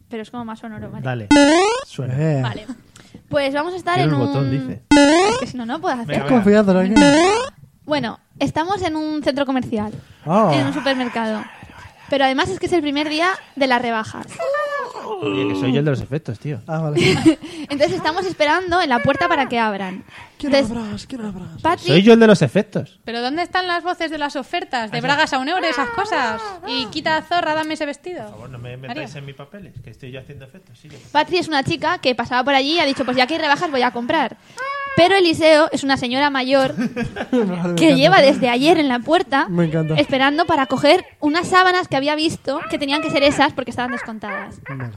Pero es como más sonoro, ¿vale?
Dale. Suena.
Eh,
Vale. Pues vamos a estar
Quiero
en
el
un...
botón, dice.
Es que si no, no puedo hacer.
Venga, venga.
Confianza, ¿no?
Bueno, estamos en un centro comercial,
Ah.
Eh,
en un supermercado. Pero además es que es el primer día de las rebajas.
Oye, que soy yo el de los efectos, tío.
Ah,
eh,
vale.
Entonces estamos esperando en la puerta para que abran.
¿Quién
Entonces,
habrás? ¿Quién habrás?
Patrick,
Soy yo el de los efectos.
Pero ¿dónde están las voces de las ofertas? De bragas a un euro, esas cosas. Y quita zorra, dame ese vestido.
no me
metáis
en mis papeles, que estoy yo haciendo efectos.
Patri es una chica que pasaba por allí y ha dicho, pues ya que hay rebajas voy a comprar. Pero Eliseo es una señora mayor
Vale, me
que
encanta.
lleva desde ayer en la puerta
Me encanta.
esperando para coger unas sábanas que había visto que tenían que ser esas porque estaban descontadas.
Vale.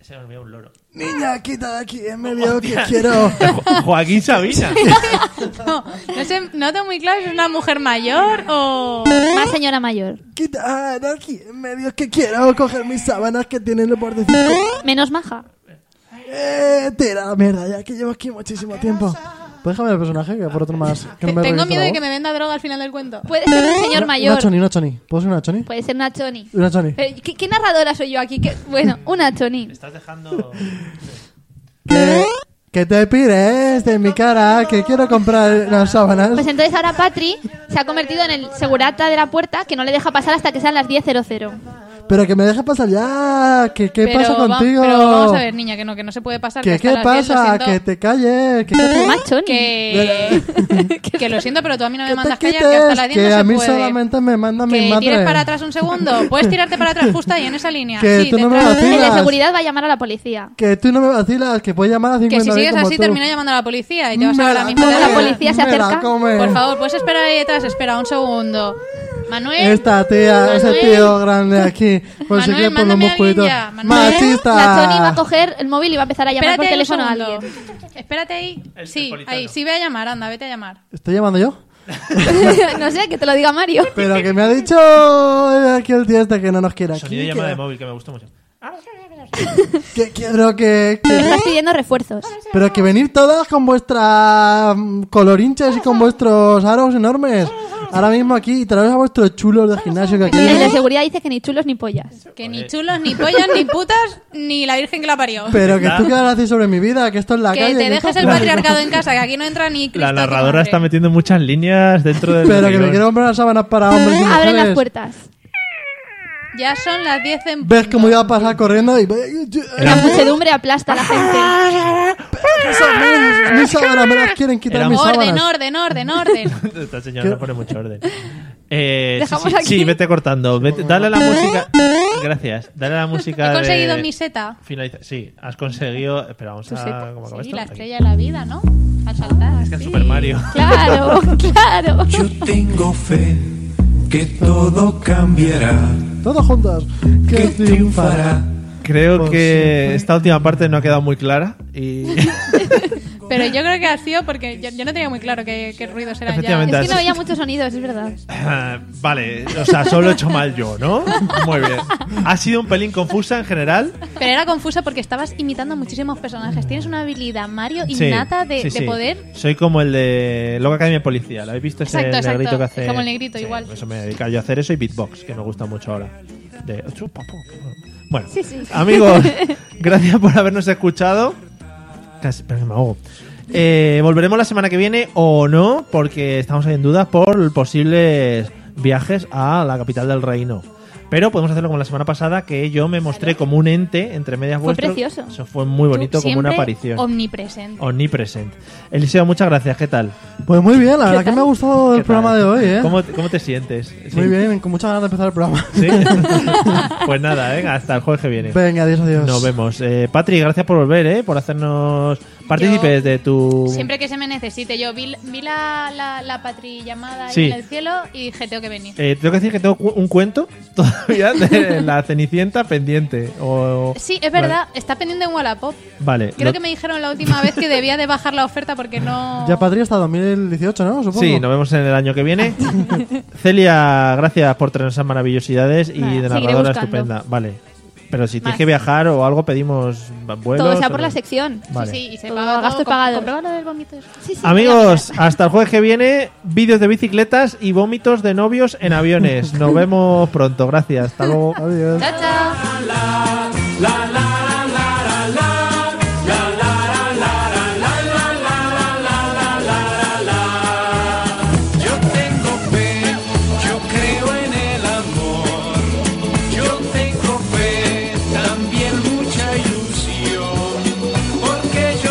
Se me olvidó un loro.
Niña, quita de aquí, en medio que quiero.
Jo- Joaquín Sabina.
No, no sé, no tengo muy claro si es una mujer mayor o...
Más señora mayor.
Quita de aquí, en medio que quiero coger mis sábanas que tienen el bordecito.
Menos maja.
Eh, tira la mierda, ya que llevo aquí muchísimo tiempo. ¿Puedes cambiar el personaje? Que por otro más. que no me
Tengo
reviente
miedo
la
de
voz.
que me venda droga al final del cuento.
Puede ser un señor
Una
mayor.
choni, una choni. ¿Puedo ser una choni?
Pues,
Puede ser una choni.
Una choni.
eh,
Pero, ¿Qué, qué narradora soy yo aquí? ¿Qué- Bueno, una choni.
Estás dejando.
¿Qué? Que te pires de mi cara, que quiero comprar las sábanas.
Pues entonces ahora Patri se ha convertido en el segurata de la puerta que no le deja pasar hasta que sean las 10.00.
Pero que me dejes pasar ya. ¿Que, ¿Qué
Pero
pasa
va-
contigo?
pero vamos a ver, niña, que no, que no se puede pasar.
¿Que,
que hasta
¿Qué
las 10, lo
pasa?
siento. Pues,
Que te calles. Que, que-
Más choni.
que, que lo siento, pero tú a mí no me
que
mandas
te
callar, que hasta
quites.
la 10
Que
no se
a mí
puede.
solamente me manda mi
que
madre.
tires para atrás un segundo. Puedes tirarte para atrás, justo ahí, en esa línea.
Que
sí,
tú
te
no me
entras.
vacilas.
El de seguridad va a llamar a la policía.
Que tú no me vacilas, que puedes llamar a 50
Que si sigues
como
así,
tú.
termina llamando a la policía y te vas
Me
a la misma
come,
de
la policía se
me
acerca.
come.
Por favor, puedes esperar ahí detrás. Espera un segundo. Manuel.
Esta tía, ese
Manuel.
tío grande aquí, con su
Manuel,
equipo, los
mándame a alguien
musculitos.
ya, Manuel.
Machista.
La Choni va a coger el móvil y va a empezar a llamar
Espérate
por
ahí un
teléfono a
segundo.
alguien.
Espérate ahí.
El
sí,
tripolitano.
ahí. Sí, ve a llamar. Anda, vete a llamar.
¿Estoy llamando yo?
no sé, que te lo diga Mario.
Pero que me ha dicho aquí el tío este que no nos quiere aquí.
Sonido de llamada
que-
de móvil que me gustó mucho.
que quiero que,
Te
que-
estás pidiendo refuerzos.
Pero que venir todas con vuestras mm, colorinches y con vuestros aros enormes. Ahora mismo aquí y traeros a vuestros chulos de gimnasio que aquí...
El de seguridad dice que ni chulos ni pollas.
Que ni chulos, ni pollas, ni putas, ni la virgen que la parió.
Pero que tú qué hablas así sobre mi vida, que esto es la
que
calle.
te
que
dejes
esto-
el patriarcado en casa, que aquí no entra ni Cristo.
La
ni
narradora
madre.
está metiendo muchas líneas dentro del.
Pero que me
guión.
quiero comprar unas sábanas para hombres y mujeres.
Abren las puertas.
Ya son las 10 en
Ves cómo iba a pasar corriendo y...
La muchedumbre aplasta a la gente.
Mis sábanas me las quieren quitar
Era
mis
Orden,
sábanas.
orden, orden, orden.
Esta señora
¿Qué?
no pone mucho orden. Eh, sí,
Dejamos
sí,
aquí.
sí, vete cortando. Vete- dale a la música. Gracias. Dale a la música.
He
de-
conseguido mi seta.
Finaliza- Sí, has conseguido. Espera, vamos a. ¿cómo acaba
Sí,
esto?
la
Aquí.
estrella de la vida, ¿no? Al saltar.
Es que es Super Mario.
Claro, claro.
Yo tengo fe que todo cambiará,
Todos juntos.
que triunfará.
Creo
Pues
que esta última parte no ha quedado muy clara. Y.
Pero yo creo que ha sido porque yo, yo no tenía muy claro qué, qué ruidos eran ya.
Efectivamente.
Es que no había muchos sonidos, es verdad.
Ah, vale, o sea, solo he hecho mal yo, ¿no? Muy bien. Ha sido un pelín confusa en general.
Pero era confusa porque estabas imitando a muchísimos personajes. Tienes una habilidad, Mario,
Sí,
innata de,
sí,
de
sí.
poder.
Soy como el de Loca Academia de Policía. ¿Lo habéis visto? Ese
Exacto, exacto.
negrito que hace. pues
Como el negrito, igual.
Eso me he dedicado yo a hacer eso y beatbox, que me gusta mucho ahora. De- Bueno, amigos, gracias por habernos escuchado. Casi, pero me ahogo. Eh, volveremos la semana que viene o no, porque estamos ahí en dudas por posibles viajes a la capital del reino. Pero podemos hacerlo como la semana pasada, que yo me mostré como un ente entre medias
Fue
vuestras.
precioso.
Eso fue muy bonito,
Tú
como una
siempre
aparición.
Omnipresente.
Omnipresent. Eliseo, muchas gracias. ¿Qué tal?
Pues muy bien, la verdad que me ha gustado el
¿Qué
programa
tal?
de hoy, ¿eh?
¿Cómo, cómo te sientes? ¿Sí?
Muy bien, con muchas ganas de empezar el programa.
¿Sí? pues nada, venga, hasta el jueves que viene.
Venga, adiós, adiós.
Nos vemos. Eh, Patri, gracias por volver, ¿eh? Por hacernos partícipes de tu...
Siempre que se me necesite. Yo vi, vi la, la, la patri llamada ahí
Sí.
en el cielo y dije, tengo que venir.
Eh, tengo que decir que tengo cu- un cuento todavía de la Cenicienta pendiente. O...
Sí, es verdad. Está pendiente en Wallapop.
Vale.
Creo
lo-
que me dijeron la última vez que debía de bajar la oferta porque no...
Ya Patri hasta 2018, ¿no? Supongo.
Sí, nos vemos en el año que viene. Celia, gracias por traernos esas maravillosidades y
Nada,
de
seguiré
narradora
buscando.
estupenda. Vale. Pero si tienes
Más.
que viajar o algo, pedimos vuelos.
Todo está
o
por
no.
la sección.
Vale.
Sí, sí, y se
Todo,
paga
gasto
todo.
y pagado.
Comprueba lo del vómito. eso.
Sí, sí,
Amigos, hasta el jueves que viene, vídeos de bicicletas y vómitos de novios en aviones. Nos vemos pronto, gracias. Hasta luego.
Adiós.
Chao, chao.
Yo tengo fe, yo creo en el amor. Yo tengo fe, también mucha ilusión. Porque yo.